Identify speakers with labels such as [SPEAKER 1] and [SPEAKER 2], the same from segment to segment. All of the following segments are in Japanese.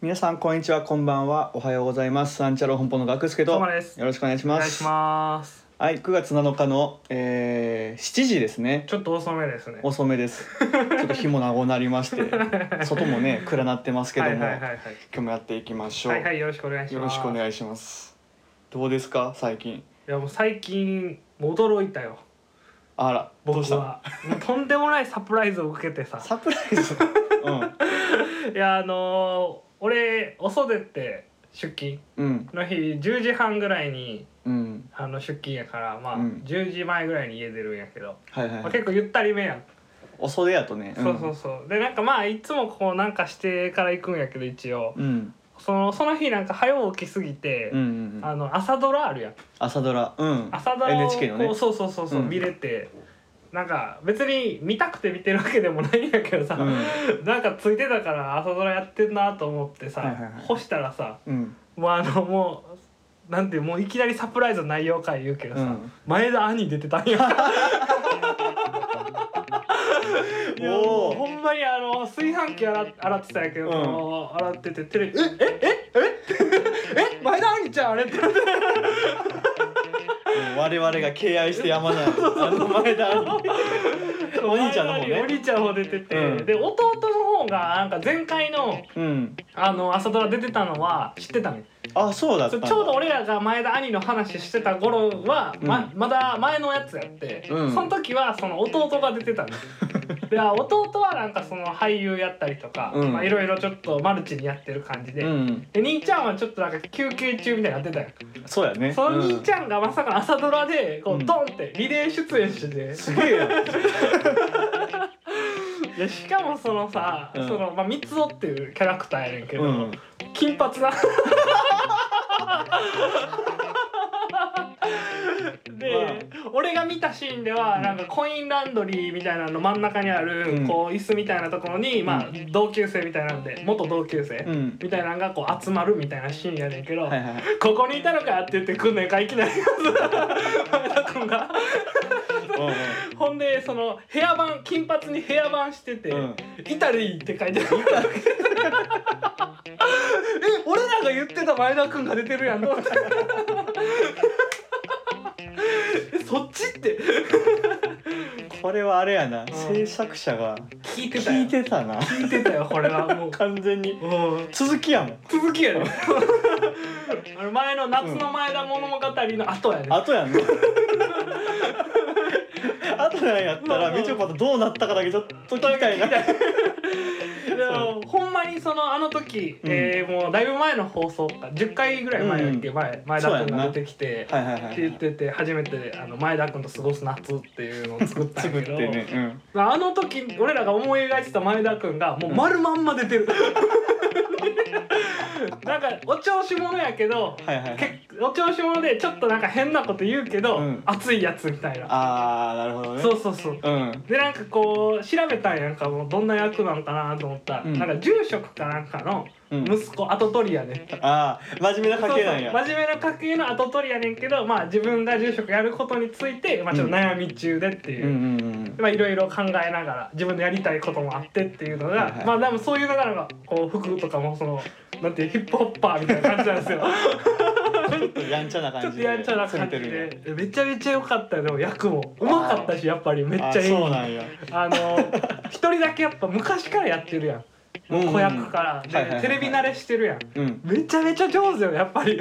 [SPEAKER 1] 皆さんこんにちはこんばんはおはようございますサンチャロ本舗の学助と
[SPEAKER 2] どうもです
[SPEAKER 1] よろしくお願いし
[SPEAKER 2] お
[SPEAKER 1] ま
[SPEAKER 2] 願い
[SPEAKER 1] す
[SPEAKER 2] します
[SPEAKER 1] はい9月7日の、えー、7時ですね
[SPEAKER 2] ちょっと遅めですね
[SPEAKER 1] 遅めです ちょっと日も長なりまして外もね暗なってますけども、
[SPEAKER 2] はいはいはいはい
[SPEAKER 1] 今日もやっていきましょう、
[SPEAKER 2] はいはいよろしくお願いし
[SPEAKER 1] よ
[SPEAKER 2] ま
[SPEAKER 1] ろ
[SPEAKER 2] す
[SPEAKER 1] しくお願いしますどうですか最近
[SPEAKER 2] いやもう最近驚いたよ
[SPEAKER 1] あらどうし
[SPEAKER 2] 僕
[SPEAKER 1] た
[SPEAKER 2] はもうとんでもないサプライズを受けてさ
[SPEAKER 1] サプライズ
[SPEAKER 2] いやあのー俺遅出て出勤
[SPEAKER 1] うんうん
[SPEAKER 2] の日10時半ぐらいに
[SPEAKER 1] うん
[SPEAKER 2] あの出勤やからまあ、
[SPEAKER 1] うん
[SPEAKER 2] 10時前ぐらいに家出るんやけど、
[SPEAKER 1] はいはい、
[SPEAKER 2] まあ、
[SPEAKER 1] はい、
[SPEAKER 2] 結構ゆったりめやん、
[SPEAKER 1] 遅でやとね
[SPEAKER 2] そうそうそうでなんかまあいつもこうなんかしてから行くんやけど一応
[SPEAKER 1] うんうん
[SPEAKER 2] そのその日なんか早起きすぎて、
[SPEAKER 1] うんうんうん
[SPEAKER 2] あの朝ドラあるやん
[SPEAKER 1] 朝ドラうん
[SPEAKER 2] 朝ドラを
[SPEAKER 1] NHK のね
[SPEAKER 2] こうそうそうそうそう、
[SPEAKER 1] うん
[SPEAKER 2] 見れてなんか別に見たくて見てるわけでもないんやけどさ、なんかついてたから朝ドラやってんなと思ってさ、
[SPEAKER 1] はいはいはい
[SPEAKER 2] 干したらさ
[SPEAKER 1] うんうん
[SPEAKER 2] もうあのもうなんてもういきなりサプライズの内容か言うけどさ、
[SPEAKER 1] うん
[SPEAKER 2] 前田兄出てたんやいやも
[SPEAKER 1] お
[SPEAKER 2] う
[SPEAKER 1] ー
[SPEAKER 2] ほんまにあの炊飯器洗っ洗ってたんやけど、
[SPEAKER 1] うん
[SPEAKER 2] こう洗っててテレビ「えええええ前田兄ちゃんあれ?」ってなって
[SPEAKER 1] もう我々が敬愛してやまないあの前田にお兄ちゃんの方ね
[SPEAKER 2] お兄ちゃんの方出てて、
[SPEAKER 1] うん
[SPEAKER 2] で弟の方がなんか前回の
[SPEAKER 1] うん
[SPEAKER 2] あの朝ドラ出てたのは知ってたのよ
[SPEAKER 1] あそうだった
[SPEAKER 2] そ
[SPEAKER 1] ん
[SPEAKER 2] う
[SPEAKER 1] だ
[SPEAKER 2] ちょうど俺らが前田兄の話してた頃は、ま
[SPEAKER 1] う
[SPEAKER 2] まだ前のやつやって、
[SPEAKER 1] うん
[SPEAKER 2] その時はその弟が出てたのよ であ弟はなんかその俳優やったりとか
[SPEAKER 1] うん
[SPEAKER 2] まあいろいろちょっとマルチにやってる感じで。
[SPEAKER 1] うん
[SPEAKER 2] で兄ちゃんはちょっとなんか休憩中みたいになってたよ
[SPEAKER 1] そうやね
[SPEAKER 2] その兄ち
[SPEAKER 1] ゃん
[SPEAKER 2] ゃんがまさかの朝ドラでこ
[SPEAKER 1] う
[SPEAKER 2] うんドンってリレー出演してて
[SPEAKER 1] すげえよ
[SPEAKER 2] いやしかもそのさ、
[SPEAKER 1] うん
[SPEAKER 2] そのまあ三つ男っていうキャラクターやねんけど、
[SPEAKER 1] うん
[SPEAKER 2] 金髪なで、俺が見たシーンではなんかコインランドリーみたいなの真ん中にある、
[SPEAKER 1] うん
[SPEAKER 2] こう椅子みたいなところに、まあ
[SPEAKER 1] う
[SPEAKER 2] 同級生みたいなんで元同級生
[SPEAKER 1] うん
[SPEAKER 2] みたいなのがこう集まるみたいなシーンやねんけど、
[SPEAKER 1] はいはいはい
[SPEAKER 2] ここにいたのかって言ってくんねんかい きなり前田君がほんでそのヘアバン金髪にヘアバンしてて。
[SPEAKER 1] うんうん
[SPEAKER 2] イタリーって書いてある。え、俺らが言ってた前田君が出てる やん。と思ってえそっちって
[SPEAKER 1] これはあれやな
[SPEAKER 2] うん
[SPEAKER 1] 制作者が
[SPEAKER 2] 聞いてたよ。
[SPEAKER 1] 聞いてたな
[SPEAKER 2] 聞いてたよ。これはもう。
[SPEAKER 1] 完全に
[SPEAKER 2] うん
[SPEAKER 1] 続きやもん
[SPEAKER 2] 続きやね。 あの前の夏の前田物語の後やね。
[SPEAKER 1] 後やん ね後なんやったらみちょぱとどうなったかだけちょっと聞きたいな
[SPEAKER 2] でもほんまにそのあの時、
[SPEAKER 1] うん
[SPEAKER 2] えーもうだいぶ前の放送か10回ぐらい前だっけ、
[SPEAKER 1] うん
[SPEAKER 2] 前前田
[SPEAKER 1] そうや
[SPEAKER 2] 君
[SPEAKER 1] んな
[SPEAKER 2] が出てきて、
[SPEAKER 1] はいはいは
[SPEAKER 2] っ
[SPEAKER 1] い
[SPEAKER 2] て言ってて初めてあの前田君と過ごす夏っていうのを作ったん
[SPEAKER 1] つぶ
[SPEAKER 2] や
[SPEAKER 1] っ
[SPEAKER 2] け
[SPEAKER 1] て
[SPEAKER 2] ど、
[SPEAKER 1] ね
[SPEAKER 2] あの時俺らが思い描いてた前田君がもう丸まんま出てる、 なんかお調子者やけど
[SPEAKER 1] うんはいはいはい
[SPEAKER 2] けお調子者でちょっとなんか変なこと言うけど、
[SPEAKER 1] うん
[SPEAKER 2] 熱いやつみたいな
[SPEAKER 1] あーなるほどね
[SPEAKER 2] そうそうそう
[SPEAKER 1] うん
[SPEAKER 2] でなんかこう調べたんやんかもうどんな役なんかなと思ったら、
[SPEAKER 1] うん
[SPEAKER 2] なんか住職かなんかの
[SPEAKER 1] うん
[SPEAKER 2] 息子跡取りやねん
[SPEAKER 1] ああ真面目な家系なんや
[SPEAKER 2] そうそう真面目な家系の後取りやねんけど、まあ、自分が住職やることについて、まあ、ちょっと悩み中でっていう。
[SPEAKER 1] うんうんうん
[SPEAKER 2] まあいろいろ考えながら自分のやりたいこともあってっていうのが、
[SPEAKER 1] はいはい
[SPEAKER 2] まあでもそういう流れがこう服とかもそのなんていうヒップホッパーみたいな感じなんで すよ
[SPEAKER 1] ちょっとやんちゃな
[SPEAKER 2] ちょ
[SPEAKER 1] 感
[SPEAKER 2] っ
[SPEAKER 1] じ
[SPEAKER 2] と
[SPEAKER 1] で
[SPEAKER 2] やんちゃな感じ
[SPEAKER 1] 攻めてるんや
[SPEAKER 2] でめちゃめちゃ良かったよでも役もうまかったしやっぱりめっちゃ
[SPEAKER 1] あ
[SPEAKER 2] いい
[SPEAKER 1] そうなんや
[SPEAKER 2] あの一人だけやっぱ昔からやってるやん
[SPEAKER 1] うんうん
[SPEAKER 2] 子役から、で
[SPEAKER 1] はいはいはいはい
[SPEAKER 2] テレビ慣れしてるやん
[SPEAKER 1] うん
[SPEAKER 2] めちゃめちゃ上手よやっぱり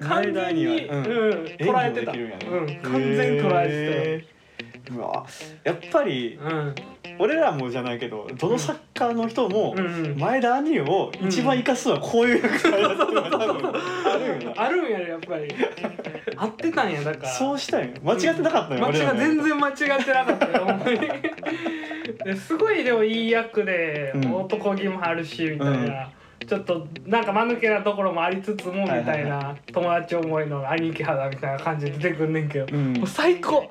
[SPEAKER 2] 完
[SPEAKER 1] 前
[SPEAKER 2] 全に、
[SPEAKER 1] 田にはうん
[SPEAKER 2] うん、捉え
[SPEAKER 1] 演技も
[SPEAKER 2] てた、
[SPEAKER 1] できるんやね
[SPEAKER 2] うん、完全に捉えて
[SPEAKER 1] てたうわやっぱり
[SPEAKER 2] たよ、うん
[SPEAKER 1] 俺らもじゃないけどどの作家の人も
[SPEAKER 2] うんうん
[SPEAKER 1] 前田兄を一番生かすのはこういう役割だっていうのが多分あるんや
[SPEAKER 2] あるんやねやっぱり合ってたんやだから
[SPEAKER 1] そうしたいよ間違ってなかったよ
[SPEAKER 2] 間違
[SPEAKER 1] 俺らの
[SPEAKER 2] 全然間違ってなかったよほんまにですごいでもいい役で、
[SPEAKER 1] うん
[SPEAKER 2] 男気もあるしみたいな、ちょっとなんか間抜けなところもありつつもみたいな、
[SPEAKER 1] はいはい
[SPEAKER 2] 友達思いの兄貴肌みたいな感じで出てくんねんけど、
[SPEAKER 1] うん
[SPEAKER 2] もう最高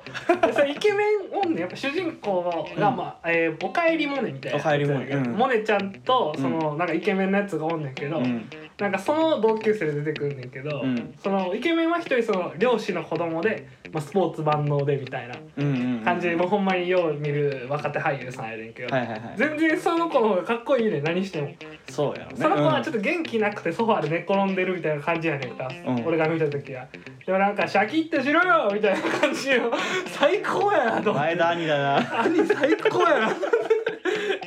[SPEAKER 2] それイケメンおんねんやっぱ主人公が、
[SPEAKER 1] うん
[SPEAKER 2] まあえーおかえりモネみたいな
[SPEAKER 1] おかえりモネうん
[SPEAKER 2] モネちゃんとその、なんかイケメンのやつがおんねんけど、
[SPEAKER 1] うん
[SPEAKER 2] なんかその同級生で出てくんねんけど、
[SPEAKER 1] うん
[SPEAKER 2] そのイケメンは一人その漁師の子供で、まあ、スポーツ万能でみたいな
[SPEAKER 1] うんうんうん
[SPEAKER 2] 感じで、もうほんまによう見る若手俳優さんやねんけど、
[SPEAKER 1] はいはいはい
[SPEAKER 2] 全然その子の方がかっこいいねん何しても
[SPEAKER 1] そうやろね
[SPEAKER 2] その子はちょ
[SPEAKER 1] っ
[SPEAKER 2] っと元気なくてソファーで寝転んでるみたいな感じやねんか、
[SPEAKER 1] うん
[SPEAKER 2] 俺が見た時はでもなんかシャキッとしろよみたいな感じよ最高やなと
[SPEAKER 1] と
[SPEAKER 2] 思って
[SPEAKER 1] 前田兄だな
[SPEAKER 2] 兄最高や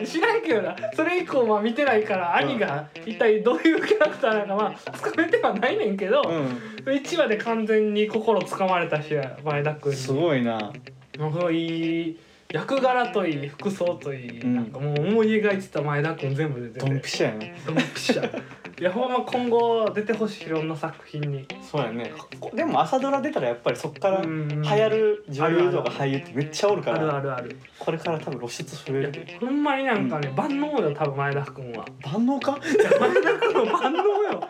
[SPEAKER 2] な知らんけどなそれ以降まあ見てないから
[SPEAKER 1] うん
[SPEAKER 2] 兄が一体どういうキャラクターなのかまあつかめてはないねんけど、
[SPEAKER 1] う
[SPEAKER 2] 一話で完全に心つかまれたし前田君
[SPEAKER 1] ん
[SPEAKER 2] に
[SPEAKER 1] すごいな
[SPEAKER 2] なんかいい役柄といい服装といい、
[SPEAKER 1] うん
[SPEAKER 2] なんかもう思い描いてた前田君全部出て
[SPEAKER 1] ド
[SPEAKER 2] て
[SPEAKER 1] ンピシャやな
[SPEAKER 2] ドンピシャいやほんま今後出てほしいいろんな作品に
[SPEAKER 1] そうやねこでも朝ドラ出たらやっぱりそっから流
[SPEAKER 2] ん
[SPEAKER 1] 行る女優とか俳優ってめっちゃおるか
[SPEAKER 2] ある
[SPEAKER 1] ら
[SPEAKER 2] あるある
[SPEAKER 1] これから多分露出す
[SPEAKER 2] い
[SPEAKER 1] る
[SPEAKER 2] やほんまになんかね、万能だよ多分前田君は
[SPEAKER 1] 万能か
[SPEAKER 2] いや前田君は万能よ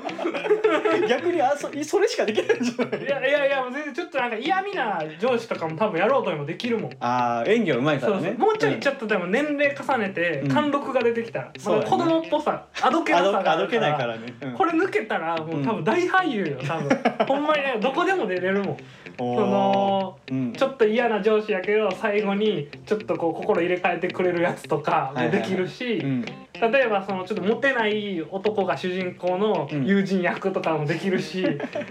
[SPEAKER 1] 逆にあそそれしかできないんじゃないい
[SPEAKER 2] やいやいやもう全然ちょっとなんか嫌味な上司とかも多分やろうともできるもん
[SPEAKER 1] あー演技はうまいか
[SPEAKER 2] そう
[SPEAKER 1] ら
[SPEAKER 2] そう
[SPEAKER 1] ね
[SPEAKER 2] もうちょいちょっとでも年齢重ねて
[SPEAKER 1] うん
[SPEAKER 2] 貫禄が出てきたら、
[SPEAKER 1] そうだね
[SPEAKER 2] 子供っぽさあどけな
[SPEAKER 1] あ
[SPEAKER 2] さ
[SPEAKER 1] ど
[SPEAKER 2] があ
[SPEAKER 1] あ
[SPEAKER 2] る
[SPEAKER 1] ど
[SPEAKER 2] か
[SPEAKER 1] け
[SPEAKER 2] ら
[SPEAKER 1] ないからね、うん
[SPEAKER 2] これ抜けたらもう多分大俳優よ多分、 ほんまにねどこでも出れるもんそ
[SPEAKER 1] おー
[SPEAKER 2] の
[SPEAKER 1] うん
[SPEAKER 2] ちょっと嫌な上司やけど最後にちょっとこう心入れ替えてくれるやつとかもできるし、
[SPEAKER 1] うん
[SPEAKER 2] 例えばそのちょっとモテない男が主人公の
[SPEAKER 1] うん
[SPEAKER 2] 友人役とかもできる し、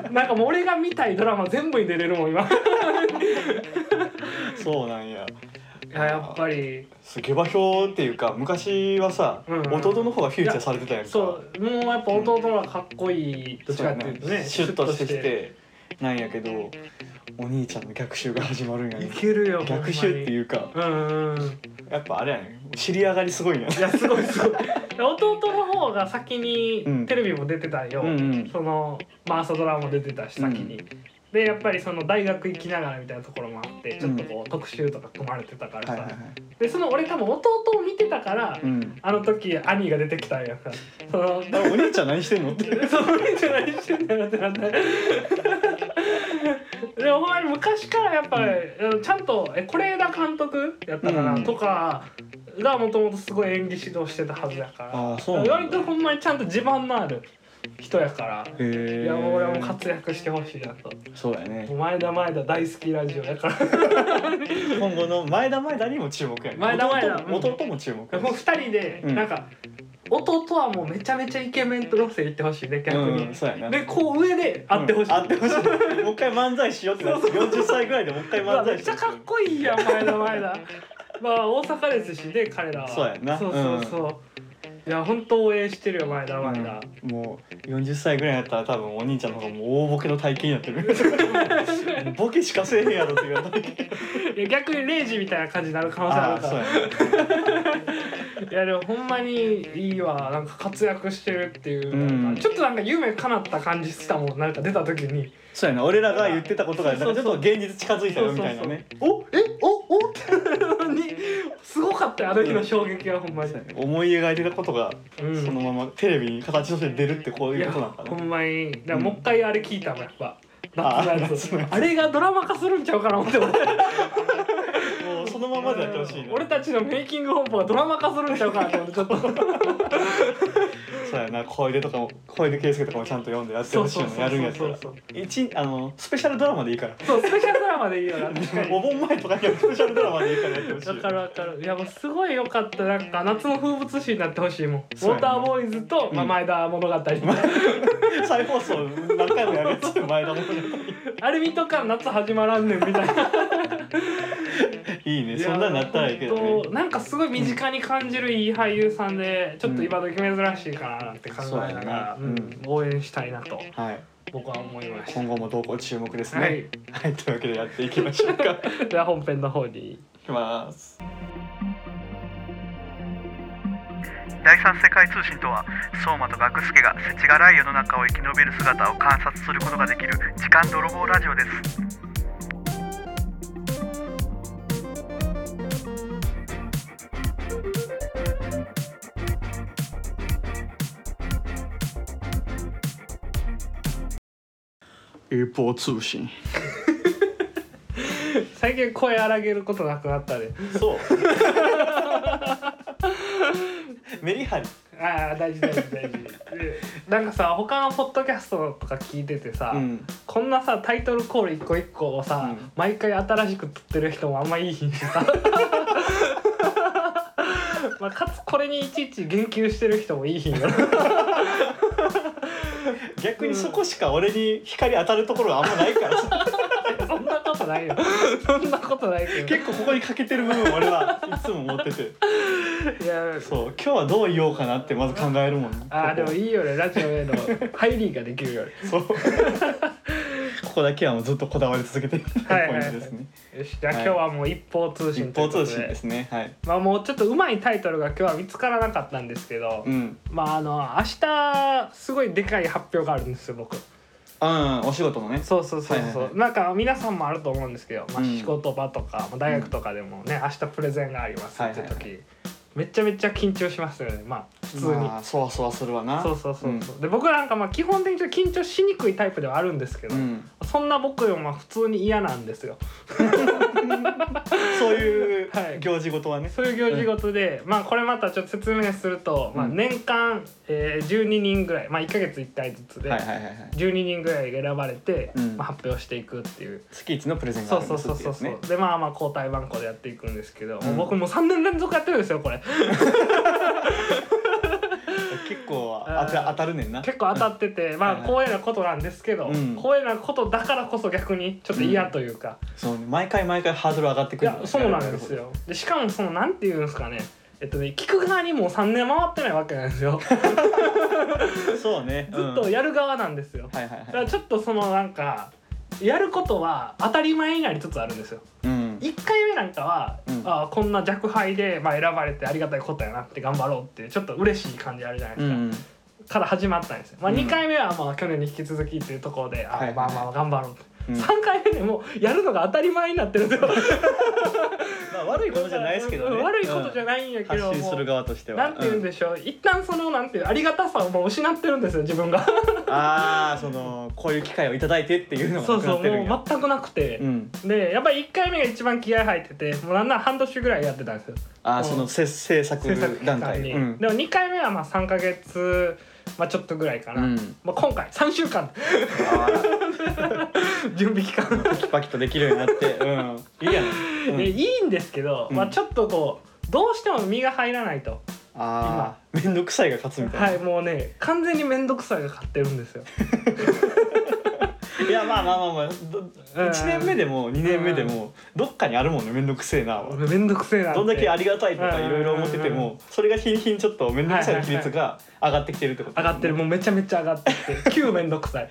[SPEAKER 2] なんかもう俺が見たいドラマ全部に出れるもん今い
[SPEAKER 1] そうなんや
[SPEAKER 2] ややっぱり
[SPEAKER 1] すげば表っていうか昔はさ、
[SPEAKER 2] うんうん
[SPEAKER 1] 弟の方がフューチャーされてたやんか
[SPEAKER 2] そうもうやっぱ弟の方がかっこいいどっち
[SPEAKER 1] そう
[SPEAKER 2] か
[SPEAKER 1] や
[SPEAKER 2] っていうと
[SPEAKER 1] な
[SPEAKER 2] ね
[SPEAKER 1] シュッとしてきてなんやけどお兄ちゃんの逆襲が始まるんや
[SPEAKER 2] い
[SPEAKER 1] ね
[SPEAKER 2] けるよ
[SPEAKER 1] 逆襲って
[SPEAKER 2] う
[SPEAKER 1] いうか
[SPEAKER 2] うんうんうん
[SPEAKER 1] やっぱあれやね知り上がりすごいんやね
[SPEAKER 2] いやすごいすごい弟の方が先に
[SPEAKER 1] うん
[SPEAKER 2] テレビも出てたよ、
[SPEAKER 1] うん
[SPEAKER 2] そのまあ朝ドラも出てたし先に、
[SPEAKER 1] う
[SPEAKER 2] でやっぱりその大学行きながらみたいなところもあってちょっとこう、特集とか組まれてたからさ、
[SPEAKER 1] はいはいはい
[SPEAKER 2] でその俺多分弟を見てたから、
[SPEAKER 1] うん
[SPEAKER 2] あの時兄が出てきたんやからそ
[SPEAKER 1] あ
[SPEAKER 2] の
[SPEAKER 1] お兄ちゃん何してんのって
[SPEAKER 2] その兄じゃない してんだよってなってでもほんまに昔からやっぱり、あのちゃんとえ是枝監督やったかな、
[SPEAKER 1] うん
[SPEAKER 2] とかがもともとすごい演技指導してたはずやから
[SPEAKER 1] ああそうなんだ
[SPEAKER 2] 割とほんまにちゃんと地盤のある人やから。
[SPEAKER 1] へえ
[SPEAKER 2] いやもう俺も活躍してほしいなと。
[SPEAKER 1] そうやね
[SPEAKER 2] もう前田前田大好きラジオやから。
[SPEAKER 1] 今後の前田前田にも注目やね
[SPEAKER 2] 前田前田
[SPEAKER 1] 弟も弟も注目やね
[SPEAKER 2] もう二人で
[SPEAKER 1] うん
[SPEAKER 2] なんか、弟はもうめちゃめちゃイケメンと路線行ってほしいね逆に、
[SPEAKER 1] うんそうやな
[SPEAKER 2] でこう上で会ってほし
[SPEAKER 1] う
[SPEAKER 2] い、
[SPEAKER 1] ん会ってほしいもう一回漫才しようってなって40歳ぐらいでもう一回
[SPEAKER 2] うわ
[SPEAKER 1] 漫才
[SPEAKER 2] めっ
[SPEAKER 1] し
[SPEAKER 2] ち
[SPEAKER 1] よ
[SPEAKER 2] ゃ
[SPEAKER 1] う
[SPEAKER 2] かっこいいやん前田前 田まあ大阪ですしね彼らは
[SPEAKER 1] そうやな
[SPEAKER 2] そうそうそう、いや本当応援してるよ前田前田、
[SPEAKER 1] うんもう40歳ぐらいだったら多分お兄ちゃんの方がもう大ボケの体型になってる ボケしかせえへんやろっていう体型
[SPEAKER 2] いや逆にレイジみたいな感じになる可能性あ
[SPEAKER 1] あ
[SPEAKER 2] る
[SPEAKER 1] あ
[SPEAKER 2] か
[SPEAKER 1] そう
[SPEAKER 2] ら
[SPEAKER 1] や
[SPEAKER 2] いやでもほんまにいいわなんか活躍してるっていう、
[SPEAKER 1] うん
[SPEAKER 2] なんかちょっとなんか夢叶った感じしたもんなんか出た時に
[SPEAKER 1] そうやな俺らが言ってたことがなん
[SPEAKER 2] そう
[SPEAKER 1] かち
[SPEAKER 2] そ
[SPEAKER 1] ょ
[SPEAKER 2] う
[SPEAKER 1] っ
[SPEAKER 2] そ
[SPEAKER 1] と
[SPEAKER 2] う
[SPEAKER 1] 現実近づいたよみたいなね
[SPEAKER 2] おえおおってにすごかったよあの日の衝撃はほんまに、
[SPEAKER 1] 思い描いてたことが
[SPEAKER 2] うん、
[SPEAKER 1] そのままテレビに形として出るってこう
[SPEAKER 2] い
[SPEAKER 1] いう
[SPEAKER 2] や
[SPEAKER 1] ことなんか
[SPEAKER 2] ほ
[SPEAKER 1] な、
[SPEAKER 2] んまにだからもう一回あれ聞いたもんやっぱ
[SPEAKER 1] あ
[SPEAKER 2] 夏のやつ
[SPEAKER 1] 夏のやつ
[SPEAKER 2] あれがドラマ化するんちゃうかな思って俺
[SPEAKER 1] もうそのままでやってほしいな
[SPEAKER 2] 俺たちのメイキング本舗がドラマ化するんちゃうかなって思ってちょっと
[SPEAKER 1] そうやな小出とかも小出圭介とかもちゃんと読んでやってほしいよねやるんやったら
[SPEAKER 2] そう
[SPEAKER 1] 一あのスペシャルドラマでいいから
[SPEAKER 2] そうスペシャルドラマでいいよな確かに
[SPEAKER 1] お盆前とかにはスペシャルドラマでいいからやってほしいよ
[SPEAKER 2] わかるわかるいやもうすごい良かったなんか夏の風物詩になってほしいもん、ウ
[SPEAKER 1] そうや
[SPEAKER 2] ォー
[SPEAKER 1] ね
[SPEAKER 2] ターボーイズと、ま
[SPEAKER 1] う
[SPEAKER 2] あ、
[SPEAKER 1] ん
[SPEAKER 2] 前田物語、
[SPEAKER 1] 再放送何回もやるやつ前田も
[SPEAKER 2] あれ見とかん夏始まらんねんみたいな
[SPEAKER 1] いいねそんなになったらいいけど
[SPEAKER 2] や
[SPEAKER 1] ね
[SPEAKER 2] ほんとなんかすごい身近に感じるいい俳優さんでちょっと今時珍しいかななんて考えながら、
[SPEAKER 1] うん
[SPEAKER 2] うん応援したいなと
[SPEAKER 1] はい
[SPEAKER 2] 僕は思いました
[SPEAKER 1] 今後も動向注目です
[SPEAKER 2] は
[SPEAKER 1] ね
[SPEAKER 2] い
[SPEAKER 1] はい、というわけでやっていきましょうかい
[SPEAKER 2] では本編の方に
[SPEAKER 1] きます
[SPEAKER 3] 第三世界通信とは相馬と学助が世知辛い世の中を生き延びる姿を観察することができる時間泥棒ラジオです
[SPEAKER 1] 一方通信
[SPEAKER 2] 最近声荒げることなくなったで
[SPEAKER 1] そうメリハリ
[SPEAKER 2] ああ大事大事大事でなんかさ他のポッドキャストとか聞いててさ、
[SPEAKER 1] うん
[SPEAKER 2] こんなさタイトルコール一個一個をさ、
[SPEAKER 1] うん
[SPEAKER 2] 毎回新しく撮ってる人もあんまいい日にさままあ、かつこれにいちいち言及してる人もいい日になる
[SPEAKER 1] 逆にそこしか俺に光当たるところはあんまないからさ
[SPEAKER 2] そんなことないよそんなことないけ ど
[SPEAKER 1] 結構ここに欠けてる部分を俺はいつも持ってて
[SPEAKER 2] いや
[SPEAKER 1] そう今日はどう言おうかなってまず考えるもん
[SPEAKER 2] あーでもいいよねラジオへの 入りができるよね
[SPEAKER 1] そう ここだけはもうずっとこだわり続けてる
[SPEAKER 2] はい
[SPEAKER 1] ポイントですね、
[SPEAKER 2] よしじゃあ今日はもう一方通信
[SPEAKER 1] 一
[SPEAKER 2] とい
[SPEAKER 1] 方
[SPEAKER 2] うこと
[SPEAKER 1] 通
[SPEAKER 2] で
[SPEAKER 1] 信ですねはい
[SPEAKER 2] まあもうちょっとうまいタイトルが今日は見つからなかったんですけど、
[SPEAKER 1] うん
[SPEAKER 2] まああの明日すごいでかい発表があるんですよ僕
[SPEAKER 1] あうんお仕事のね
[SPEAKER 2] そうそうそうそう、
[SPEAKER 1] はいはいはい
[SPEAKER 2] なんか皆さんもあると思うんですけど、まあ、
[SPEAKER 1] うん
[SPEAKER 2] 仕事場とか、まあ、大学とかでもね、明日プレゼンがありますって時、
[SPEAKER 1] はいはいは
[SPEAKER 2] めちゃめちゃ緊張しますよねまあ普通に、
[SPEAKER 1] まあそわそわするわな
[SPEAKER 2] そうそうそうそう、で僕はなんかまあ基本的に緊張しにくいタイプではあるんですけど、
[SPEAKER 1] うんうん
[SPEAKER 2] そんな僕よりも普通に嫌なんですよ
[SPEAKER 1] そういう
[SPEAKER 2] はい
[SPEAKER 1] 行事事はね、
[SPEAKER 2] そういう行事ごとで、まあこれまたちょっと説明すると、まあ、
[SPEAKER 1] うん
[SPEAKER 2] 年間、えー、12人ぐらい、まあ、1ヶ月1回ずつで、
[SPEAKER 1] はいはいはいはい
[SPEAKER 2] 12人ぐらいが選ばれて、
[SPEAKER 1] うん
[SPEAKER 2] まあ、発表していくっていう
[SPEAKER 1] 月一のプレゼンが
[SPEAKER 2] そ
[SPEAKER 1] あ
[SPEAKER 2] う
[SPEAKER 1] るん
[SPEAKER 2] そう
[SPEAKER 1] です
[SPEAKER 2] そ
[SPEAKER 1] っ
[SPEAKER 2] う
[SPEAKER 1] て
[SPEAKER 2] そ
[SPEAKER 1] や
[SPEAKER 2] う
[SPEAKER 1] つ
[SPEAKER 2] そう、
[SPEAKER 1] ね
[SPEAKER 2] でまあまあ交代番号でやっていくんですけど、
[SPEAKER 1] うん
[SPEAKER 2] もう僕もう3年連続やってるんですよこれ
[SPEAKER 1] 結構当た
[SPEAKER 2] あー
[SPEAKER 1] 当たるねんな
[SPEAKER 2] 結構当たっててまあ
[SPEAKER 1] はいはい
[SPEAKER 2] 光栄なことなんですけど、
[SPEAKER 1] うん
[SPEAKER 2] 光栄なことだからこそ逆にちょっと嫌というか、
[SPEAKER 1] そうね毎回毎回ハードル上がって
[SPEAKER 2] い
[SPEAKER 1] くる
[SPEAKER 2] やそうなんですよでしかもそのなんていうんですかねえっとね聞く側にもう3年回ってないわけなんですよ
[SPEAKER 1] そうね
[SPEAKER 2] ずっ
[SPEAKER 1] う
[SPEAKER 2] と
[SPEAKER 1] ん
[SPEAKER 2] やる側なんですよ、
[SPEAKER 1] はいはい
[SPEAKER 2] だか
[SPEAKER 1] は
[SPEAKER 2] ら
[SPEAKER 1] い
[SPEAKER 2] ちょっとそのなんかやることは当たり前になりつつあるんですよ
[SPEAKER 1] うん
[SPEAKER 2] 1回目なんかは、
[SPEAKER 1] うん
[SPEAKER 2] ああこんな若輩で、まあ、選ばれてありがたいことやなって頑張ろうっていうちょっと嬉しい感じあるじゃないで
[SPEAKER 1] う
[SPEAKER 2] す
[SPEAKER 1] ん
[SPEAKER 2] か、から始まったんですよ、まあ、
[SPEAKER 1] うん
[SPEAKER 2] 2回目はまあ去年に引き続きっていうところで、あ
[SPEAKER 1] はい
[SPEAKER 2] あまあまあ頑張ろうと、
[SPEAKER 1] うん
[SPEAKER 2] 3回目でもうやるのが当たり前になってるんですよ
[SPEAKER 1] まあ悪いことじゃないですけどね
[SPEAKER 2] 悪いことじゃ
[SPEAKER 1] い
[SPEAKER 2] ないんやけど、
[SPEAKER 1] 発信
[SPEAKER 2] も
[SPEAKER 1] する
[SPEAKER 2] う
[SPEAKER 1] 側としては
[SPEAKER 2] なんて言うんでしょう、一旦そのなんていうありがたさをもう失ってるんですよ自分 が
[SPEAKER 1] うんああそのこういう機会をいただいてっていうのが
[SPEAKER 2] そ
[SPEAKER 1] な
[SPEAKER 2] う
[SPEAKER 1] くな
[SPEAKER 2] そ
[SPEAKER 1] っ
[SPEAKER 2] う
[SPEAKER 1] てるんや
[SPEAKER 2] もう全くなくて、
[SPEAKER 1] うん
[SPEAKER 2] でやっぱり1回目が一番気合入っててもうなんなら半年ぐらいやってたんですよ
[SPEAKER 1] あ
[SPEAKER 2] う
[SPEAKER 1] あ
[SPEAKER 2] ん
[SPEAKER 1] その制制
[SPEAKER 2] 制作
[SPEAKER 1] 作
[SPEAKER 2] 期間
[SPEAKER 1] 段階
[SPEAKER 2] に
[SPEAKER 1] うん
[SPEAKER 2] でも2回目はまあ3か月、まあ、ちょっとぐらいか
[SPEAKER 1] う
[SPEAKER 2] な、
[SPEAKER 1] ん
[SPEAKER 2] まあ、今回3週間
[SPEAKER 1] あー
[SPEAKER 2] 準備期間、
[SPEAKER 1] パキパキとできるようになってうんいいやんうん
[SPEAKER 2] でいいんですけど、
[SPEAKER 1] うん
[SPEAKER 2] まあ、ちょっとこうどうしても身が入らないと、
[SPEAKER 1] ああ面倒くさいが勝つみたいな
[SPEAKER 2] はいもうね完全に面倒くさが勝ってるんで すよ
[SPEAKER 1] いやまあまあまあまあど
[SPEAKER 2] うん
[SPEAKER 1] 1年目でも2年目でもどっかにあるもんね面倒くせえなは
[SPEAKER 2] 面倒くせえなって
[SPEAKER 1] どんだけありがたいとか
[SPEAKER 2] うん
[SPEAKER 1] いろいろ思ってて
[SPEAKER 2] うんうん
[SPEAKER 1] もそれが日に日にちょっと面倒くさい比率が上がってきてるってこと
[SPEAKER 2] 上がってるもうめちゃめちゃ上がってき て旧面倒くさい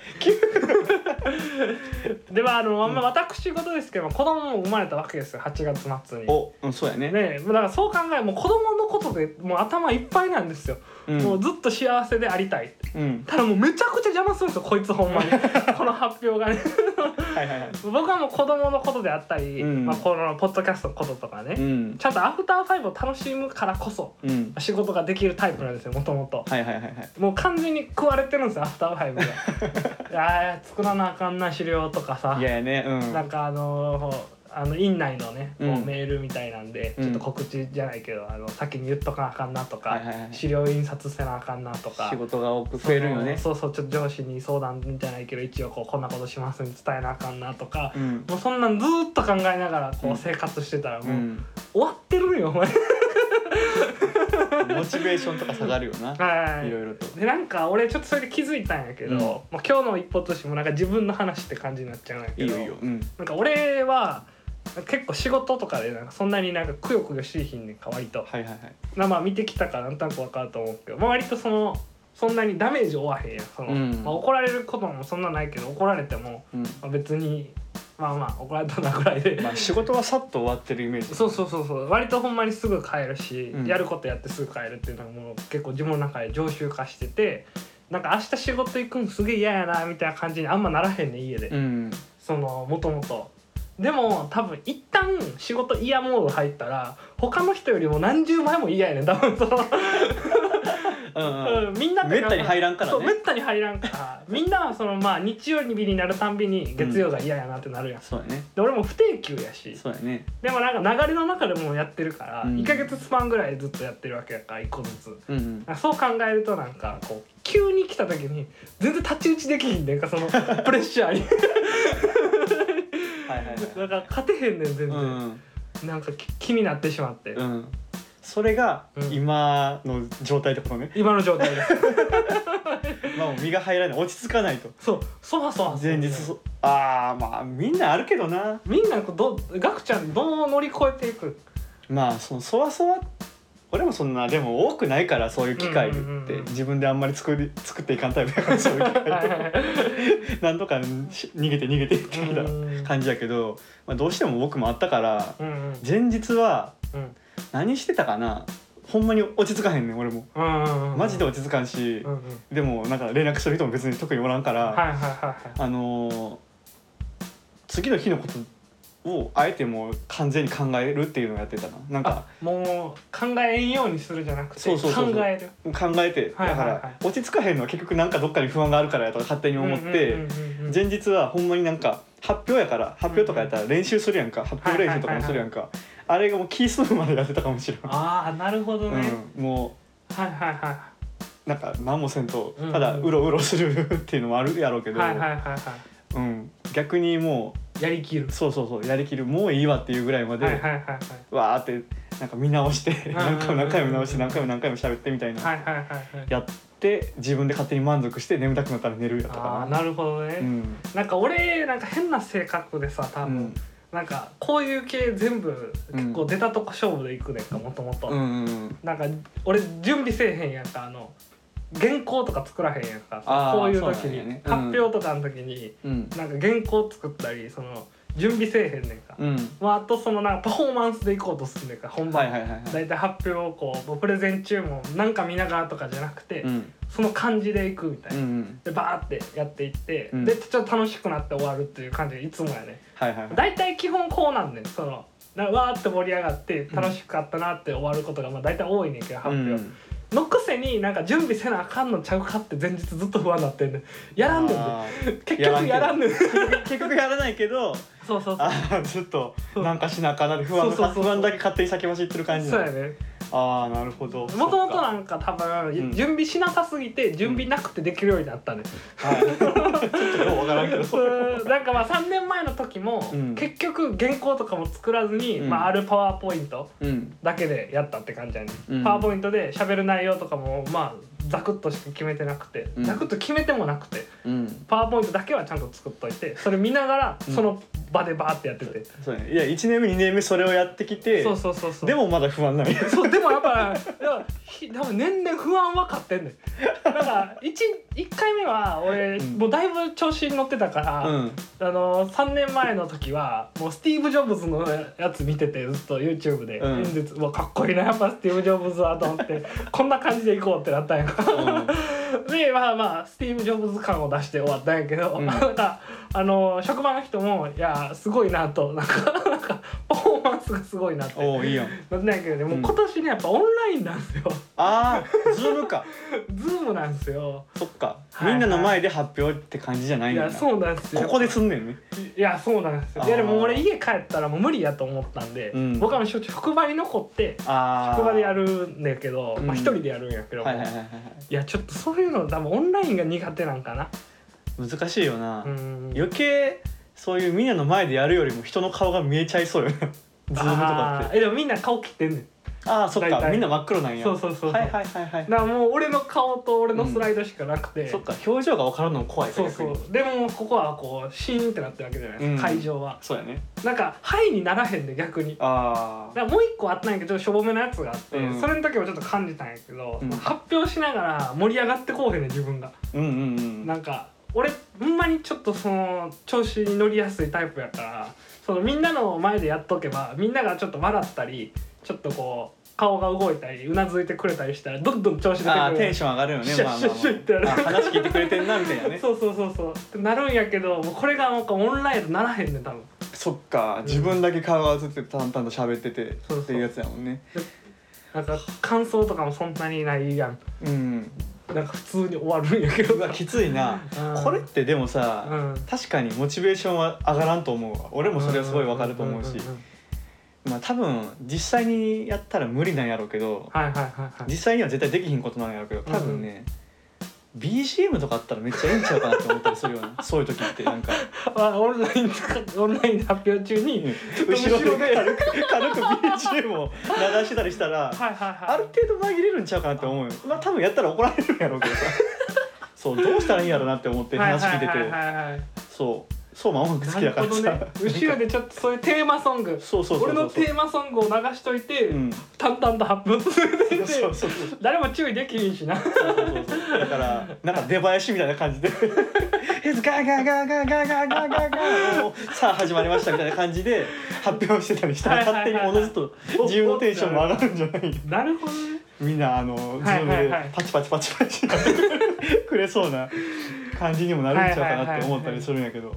[SPEAKER 2] ではあの、まあ、私事ですけど子供も生まれたわけですよ8月末に。
[SPEAKER 1] おうんそうやね
[SPEAKER 2] ね、だからそう考えもう子供のことでもう頭いっぱいなんですよ、
[SPEAKER 1] うん
[SPEAKER 2] もうずっと幸せでありたい
[SPEAKER 1] うん
[SPEAKER 2] ただもうめちゃくちゃ邪魔するんですよこいつ ほんまにこの発表がね
[SPEAKER 1] はいはいはい
[SPEAKER 2] 僕はもう子供のことであったり、
[SPEAKER 1] うん
[SPEAKER 2] まあ、このポッドキャストのこととかね、
[SPEAKER 1] うん
[SPEAKER 2] ちゃんとアフターファイブを楽しむからこそ
[SPEAKER 1] うん
[SPEAKER 2] 仕事ができるタイプなんですよもともと
[SPEAKER 1] はいはいはいはい
[SPEAKER 2] もう完全に食われてるんですよアフターファイブが あー作らなあかんな資料とかさ
[SPEAKER 1] いややねうん
[SPEAKER 2] なんかあのあの院内のね、こう
[SPEAKER 1] うん
[SPEAKER 2] メールみたいなんで、
[SPEAKER 1] うん
[SPEAKER 2] ちょっと告知じゃないけどあの先に言っとかなあかんなとか、
[SPEAKER 1] はいはいはい
[SPEAKER 2] 資料印刷せなあかんなとか
[SPEAKER 1] 仕事が多く増えるよね
[SPEAKER 2] そのそうそうちょっと上司に相談じゃないけど一応こうこんなことしますに伝えなあかんなとか、
[SPEAKER 1] うん
[SPEAKER 2] もうそんなんずーっと考えながらこ
[SPEAKER 1] う
[SPEAKER 2] うん生活してたら
[SPEAKER 1] う
[SPEAKER 2] もう、
[SPEAKER 1] ん
[SPEAKER 2] 終わってるよお 前
[SPEAKER 1] モチベーションとか下がるよな
[SPEAKER 2] はい
[SPEAKER 1] いろいろと
[SPEAKER 2] でなんか俺ちょっとそれで気づいたんやけど、
[SPEAKER 1] うん
[SPEAKER 2] もう今日の一歩としてもなんか自分の話って感じになっちゃうんや
[SPEAKER 1] い
[SPEAKER 2] け
[SPEAKER 1] い
[SPEAKER 2] ど
[SPEAKER 1] よいいようん
[SPEAKER 2] なんか俺は結構仕事とかでなんかそんなになんかくよくよしいひんねんか割と
[SPEAKER 1] はいはいはい
[SPEAKER 2] まあまあ見てきたからなんとなく分かると思うけど、まあ、割とそのそんなにダメージ負わへんやんその、
[SPEAKER 1] うん
[SPEAKER 2] まあ、怒られることもそんなないけど怒られても、
[SPEAKER 1] うん
[SPEAKER 2] まあ、別にまあまあ怒られたなぐらいで、
[SPEAKER 1] まあ仕事はさっと終わってるイメージ
[SPEAKER 2] そうそうそうそう割とほんまにすぐ帰るし、
[SPEAKER 1] うん
[SPEAKER 2] やることやってすぐ帰るっていうのがもう結構自分の中で常習化しててなんか明日仕事行くんすげえ嫌やなみたいな感じにあんまならへんねん家で、
[SPEAKER 1] うん
[SPEAKER 2] そのもともとでも多分一旦仕事嫌モード入ったら他の人よりも何十倍も嫌やねん多分その、
[SPEAKER 1] うんうん
[SPEAKER 2] うん、みんな
[SPEAKER 1] めったに入らんからね
[SPEAKER 2] そうめったに入らんからみんなはそのまあ日曜日になるたんびに月曜が嫌やなってなるやん、
[SPEAKER 1] そうやね
[SPEAKER 2] で俺も不定休やし
[SPEAKER 1] そうやね
[SPEAKER 2] でもなんか流れの中でもうやってるから、
[SPEAKER 1] うん
[SPEAKER 2] 1ヶ月スパンぐらいずっとやってるわけやから1個ずつ
[SPEAKER 1] うんうん
[SPEAKER 2] そう考えるとなんかこう急に来た時に全然太刀打ちできひんねん かそのプレッシャーに
[SPEAKER 1] はいはい
[SPEAKER 2] だから勝てへんねん全然、
[SPEAKER 1] うん
[SPEAKER 2] なんかき気になってしまって、
[SPEAKER 1] うんそれが
[SPEAKER 2] うん
[SPEAKER 1] 今の状態ってことね、
[SPEAKER 2] 今の状態です。
[SPEAKER 1] まあもう身が入らない落ち着かないと
[SPEAKER 2] そう、そわそわす
[SPEAKER 1] 前
[SPEAKER 2] るんだ
[SPEAKER 1] 日
[SPEAKER 2] よ。
[SPEAKER 1] そああまあみんなあるけどな
[SPEAKER 2] みんなこうどガクちゃんどう乗り越えて いく
[SPEAKER 1] まあそのそわそわ俺もそんなでも多くないからそういう機会って、
[SPEAKER 2] うんうんうんうん
[SPEAKER 1] 自分であんまり作り作っていかんタイプだからそういう機
[SPEAKER 2] はいは
[SPEAKER 1] 会
[SPEAKER 2] いはい
[SPEAKER 1] 何とかし逃げて逃げてってみたいな感じやけど、まあ、どうしても僕もあったから
[SPEAKER 2] うんうん
[SPEAKER 1] 前日は
[SPEAKER 2] うん
[SPEAKER 1] 何してたかなほんまに落ち着かへんねん俺も
[SPEAKER 2] うんうんうん
[SPEAKER 1] マジで落ち着かんし
[SPEAKER 2] うんうん
[SPEAKER 1] でもなんか連絡する人も別に特におらんから、
[SPEAKER 2] はいはいはい
[SPEAKER 1] あのー次の日のことをあえてもう完全に考えるっていうのをやってたななん
[SPEAKER 2] あ
[SPEAKER 1] か
[SPEAKER 2] もう考えんようにするじゃなくて
[SPEAKER 1] そうそうそうそう
[SPEAKER 2] 考える
[SPEAKER 1] 考えてだ
[SPEAKER 2] は
[SPEAKER 1] か
[SPEAKER 2] いはいはい
[SPEAKER 1] ら落ち着かへんのは結局なんかどっかに不安があるからやとか勝手に思って、
[SPEAKER 2] うんうんうんうん
[SPEAKER 1] 前日はほんまになんか発表やから発表とかやったら練習するやんか発表練習とかもするやんかあれがもうキースーまでやってたかもしれん、
[SPEAKER 2] ああなるほどね、
[SPEAKER 1] うん、も
[SPEAKER 2] はいはいは
[SPEAKER 1] うなんか何もせんと
[SPEAKER 2] うんうん
[SPEAKER 1] ただうろうろするっていうのもあるやろうけ
[SPEAKER 2] い
[SPEAKER 1] ど、
[SPEAKER 2] はいはいはいは
[SPEAKER 1] うん、逆にも
[SPEAKER 2] いやりきる
[SPEAKER 1] うそうそうそうやりきるもういいわっていうぐらいまで、
[SPEAKER 2] はいはいはいはい
[SPEAKER 1] わーってなんか見直して
[SPEAKER 2] ん
[SPEAKER 1] 何回も何回も直して何回も何回も喋ってみたいな
[SPEAKER 2] はいはいはいはい
[SPEAKER 1] やって自分で勝手に満足して眠たくなったら寝るやった
[SPEAKER 2] あ
[SPEAKER 1] か
[SPEAKER 2] ー
[SPEAKER 1] な。
[SPEAKER 2] なるほどね、
[SPEAKER 1] うん
[SPEAKER 2] なんか俺なんか変な性格でさ多
[SPEAKER 1] う
[SPEAKER 2] 分、
[SPEAKER 1] ん
[SPEAKER 2] なんかこういう系全部結構出たとこ勝負でいくねんかもともと、
[SPEAKER 1] うんうん
[SPEAKER 2] なんか俺準備せえへんやんかあの原稿とか作らへんやんか
[SPEAKER 1] あー
[SPEAKER 2] こういう時
[SPEAKER 1] そうなん
[SPEAKER 2] に
[SPEAKER 1] やねうん
[SPEAKER 2] 発表とかの時に
[SPEAKER 1] うん
[SPEAKER 2] なんか原稿作ったりその準備せえへんねんか、
[SPEAKER 1] うん
[SPEAKER 2] まあ、あとそのなんかパフォーマンスでいこうとすんねんか本
[SPEAKER 1] はい
[SPEAKER 2] 番、
[SPEAKER 1] はいはいは
[SPEAKER 2] だ
[SPEAKER 1] い
[SPEAKER 2] いたい発表をこうプレゼン中もなんか見ながらとかじゃなくて、
[SPEAKER 1] うん
[SPEAKER 2] その感じでいくみたいな。
[SPEAKER 1] うんうん
[SPEAKER 2] でバーってやっていって、
[SPEAKER 1] うん
[SPEAKER 2] でちょっと楽しくなって終わるっていう感じでいつもやね
[SPEAKER 1] はいはいはい
[SPEAKER 2] 大体基本こうなんねんそのなわーって盛り上がって楽しかったなって終わることがまあ大体多いねんけど発表、
[SPEAKER 1] うん
[SPEAKER 2] のくせになんか準備せなあかんのちゃうかって前日ずっと不安になってんねんやらんねんで
[SPEAKER 1] あ
[SPEAKER 2] 結局や らんねん
[SPEAKER 1] ー結局やらないけど
[SPEAKER 2] そうそうそう
[SPEAKER 1] あーずっとなんかしなあかんなって不安
[SPEAKER 2] そうそうそう
[SPEAKER 1] 不安だけ勝手に先走ってる感じ
[SPEAKER 2] そう
[SPEAKER 1] な
[SPEAKER 2] や
[SPEAKER 1] の
[SPEAKER 2] ね
[SPEAKER 1] ああなるほど
[SPEAKER 2] もとも
[SPEAKER 1] そ
[SPEAKER 2] と
[SPEAKER 1] っか
[SPEAKER 2] なんか多
[SPEAKER 1] うん
[SPEAKER 2] 分準備しなさすぎて準備なくてできるようになったね、
[SPEAKER 1] はいちょっとようわからんけどそう
[SPEAKER 2] そうなんかまあ3年前の時も
[SPEAKER 1] うん
[SPEAKER 2] 結局原稿とかも作らずに、
[SPEAKER 1] うん
[SPEAKER 2] まあ、あるパワーポイント
[SPEAKER 1] うん
[SPEAKER 2] だけでやったって感じやね、
[SPEAKER 1] うん
[SPEAKER 2] パワーポイントで喋る内容とかもまあザクッとしか決めてなくて、
[SPEAKER 1] うん
[SPEAKER 2] ザクッと決めてもなくて
[SPEAKER 1] うん
[SPEAKER 2] パワーポイントだけはちゃんと作っといてそれ見ながら
[SPEAKER 1] うん
[SPEAKER 2] その場でバーってやってて、
[SPEAKER 1] そうやねいや一年目二年目それをやってきて
[SPEAKER 2] そうそうそうそう
[SPEAKER 1] でもまだ不安なんや
[SPEAKER 2] そうでもやっぱでもひでも年々不安は勝ってんねんだから 1, 一回目は俺、
[SPEAKER 1] うん
[SPEAKER 2] もうだいぶ調子に乗ってたから、
[SPEAKER 1] ん
[SPEAKER 2] あの3年前の時はもうスティーブ・ジョブズのやつ見ててずっと YouTube で
[SPEAKER 1] うん
[SPEAKER 2] 演説、うわかっこいいなやっぱスティーブ・ジョブズはと思ってこんな感じでいこうってなったんやからでまあまあスティーブ・ジョブズ感を出して終わったんやけど、
[SPEAKER 1] うん
[SPEAKER 2] なんかあの職場の人も「いやすごいな」となんかなんかパフォーマンスがすごいなって
[SPEAKER 1] おおいいやん
[SPEAKER 2] なってんやけどねもううん今年ねやっぱオンラインなんですよ
[SPEAKER 1] ああズームか
[SPEAKER 2] ズームなんですよ
[SPEAKER 1] そっか
[SPEAKER 2] はい
[SPEAKER 1] みんなの前で発表って感じじゃない
[SPEAKER 2] い
[SPEAKER 1] んだ
[SPEAKER 2] やそうなんですよ
[SPEAKER 1] ここですんねんね
[SPEAKER 2] いやそうなんですよいやでも俺家帰ったらもう無理やと思ったんで、
[SPEAKER 1] うん
[SPEAKER 2] 僕はもうしょっちゅう職場に残って
[SPEAKER 1] ああ
[SPEAKER 2] 職場でやるんだけど
[SPEAKER 1] うん
[SPEAKER 2] まあ、一人でやるんやけども、
[SPEAKER 1] はいはいはい
[SPEAKER 2] い
[SPEAKER 1] はい
[SPEAKER 2] やちょっとそういうの多分オンラインが苦手なんかな
[SPEAKER 1] 難しいよな
[SPEAKER 2] うん
[SPEAKER 1] 余計そういうみんなの前でやるよりも人の顔が見えちゃいそうよねズームとか
[SPEAKER 2] あ
[SPEAKER 1] っ
[SPEAKER 2] ー
[SPEAKER 1] て
[SPEAKER 2] えでもみんな顔切ってんねん
[SPEAKER 1] ああーそっ
[SPEAKER 2] 大
[SPEAKER 1] か
[SPEAKER 2] 体
[SPEAKER 1] みんな真っ黒なんや
[SPEAKER 2] そうそうそうそう
[SPEAKER 1] はいはいはいはい
[SPEAKER 2] だからもう俺の顔と俺のスライドしかなくて、
[SPEAKER 1] そっか表情が分からんのも怖いか
[SPEAKER 2] そう
[SPEAKER 1] ら逆
[SPEAKER 2] そ
[SPEAKER 1] に
[SPEAKER 2] うでもここはこうシーンってなってるわけじゃないですか、
[SPEAKER 1] うん
[SPEAKER 2] 会場は
[SPEAKER 1] そうやね
[SPEAKER 2] なんか「はい」にならへんで逆に
[SPEAKER 1] あ
[SPEAKER 2] だからもう一個あったんやけどちょっとしょぼめのやつがあって、
[SPEAKER 1] うん
[SPEAKER 2] それの時もちょっと感じたんやけど、
[SPEAKER 1] うん
[SPEAKER 2] 発表しながら盛り上がってこうへんねん自分が、
[SPEAKER 1] あうんうんうん
[SPEAKER 2] なんか俺ほんまにちょっとその調子に乗りやすいタイプやからそのみんなの前でやっとけばみんながちょっと笑ったりちょっとこう顔が動いたりうなずいてくれたりしたらどんどん調子出てくる
[SPEAKER 1] あーテンション上がるよね
[SPEAKER 2] シュッ
[SPEAKER 1] まあまあ
[SPEAKER 2] シュッシュッってやる
[SPEAKER 1] まああ 話聞いてくれてんなみたいなね
[SPEAKER 2] そうそうそうそうってなるんやけどもうこれがなんかオンラインとならへんねん多分
[SPEAKER 1] そっか自分だけ顔が映ってて淡々と喋ってて
[SPEAKER 2] そうそう
[SPEAKER 1] っていうやつやもんね
[SPEAKER 2] なんか感想とかもそんなにないやん
[SPEAKER 1] うん
[SPEAKER 2] なんか普通に終わるんやけど
[SPEAKER 1] うわきついな
[SPEAKER 2] うん
[SPEAKER 1] これってでも
[SPEAKER 2] う
[SPEAKER 1] さ
[SPEAKER 2] ん
[SPEAKER 1] 確かにモチベーションは上がらんと思うわ俺もそれはすごいわかると思うし
[SPEAKER 2] んんんん
[SPEAKER 1] まあ多分実際にやったら無理なんやろうけど
[SPEAKER 2] はいはいはいはい
[SPEAKER 1] 実際には絶対できひんことなんやろうけど多分ね BGM とかあったらめっちゃええんちゃうかなって思ったりするよねそういう時ってなんか
[SPEAKER 2] あオンラインとかオンラインの発表中に
[SPEAKER 1] 後ろで軽く軽く BGM を流したりしたら
[SPEAKER 2] はいはいはい
[SPEAKER 1] ある程度紛れるんちゃうかなって思うよまあ多分やったら怒られるんやろうけどさそうどうしたらいいんやろうなって思って話聞いて
[SPEAKER 2] はは
[SPEAKER 1] て
[SPEAKER 2] はいはいはい
[SPEAKER 1] そうそうまあ音楽好
[SPEAKER 2] な
[SPEAKER 1] き
[SPEAKER 2] る
[SPEAKER 1] だから
[SPEAKER 2] ほど
[SPEAKER 1] さ、
[SPEAKER 2] ね後ろでちょっとそういうテーマソング
[SPEAKER 1] そうそうそうそう
[SPEAKER 2] 俺のテーマソングを流しといて、
[SPEAKER 1] うん
[SPEAKER 2] 淡々と発表する
[SPEAKER 1] そうそうそうそう
[SPEAKER 2] 誰も注意できひんしな
[SPEAKER 1] そうそうそうだからなんか出囃子みたいな感じでガーガーガーガーガーガーガーガーガーもうさあ始まりましたみたいな感じで発表してたりしたら
[SPEAKER 2] はいはい
[SPEAKER 1] 勝手
[SPEAKER 2] はい
[SPEAKER 1] に
[SPEAKER 2] はい
[SPEAKER 1] おのずと自分のテンションも上がるんじゃない
[SPEAKER 2] なるほどね
[SPEAKER 1] みんなあのズ
[SPEAKER 2] はい
[SPEAKER 1] ー
[SPEAKER 2] はい
[SPEAKER 1] ム
[SPEAKER 2] はい
[SPEAKER 1] でパチパチパチパチやってくれそうな感じにもなるんちゃうかなって思ったりするんやけど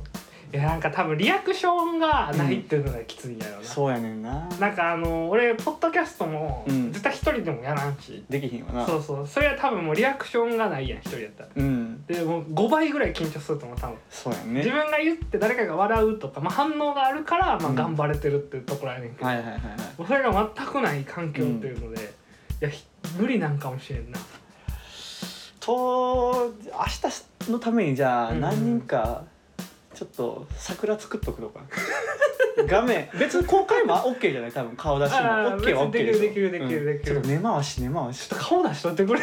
[SPEAKER 2] いやなんか多分リアクションがないっていうのがきついんやろうな、
[SPEAKER 1] そうやねんな
[SPEAKER 2] なんかあの俺ポッドキャストも
[SPEAKER 1] うん
[SPEAKER 2] 絶対一人でもやらんし、
[SPEAKER 1] できひんわな
[SPEAKER 2] そうそうそれは多分もうリアクションがないやん一人やったら
[SPEAKER 1] うん
[SPEAKER 2] でもう5倍ぐらい緊張すると思う多分
[SPEAKER 1] そうや
[SPEAKER 2] 自
[SPEAKER 1] ね
[SPEAKER 2] 分が言って誰かが笑うとか、まあ、反応があるから、まあ、
[SPEAKER 1] うん
[SPEAKER 2] 頑張れてるっていうところやねんけど、
[SPEAKER 1] はいはいはいはい
[SPEAKER 2] もうそれが全くない環境っていうので、いやひ無理なんかもしれんな
[SPEAKER 1] と明日のためにじゃあ
[SPEAKER 2] うん
[SPEAKER 1] 何人かちょっと桜作っとくとか 画面別に公開も OK じゃない多分顔出しも
[SPEAKER 2] あー
[SPEAKER 1] OK は OK
[SPEAKER 2] 別にできる
[SPEAKER 1] しょ
[SPEAKER 2] できるできる
[SPEAKER 1] うん
[SPEAKER 2] できる
[SPEAKER 1] ちょっと根回し根回し
[SPEAKER 2] ちょっと顔出しとってくれ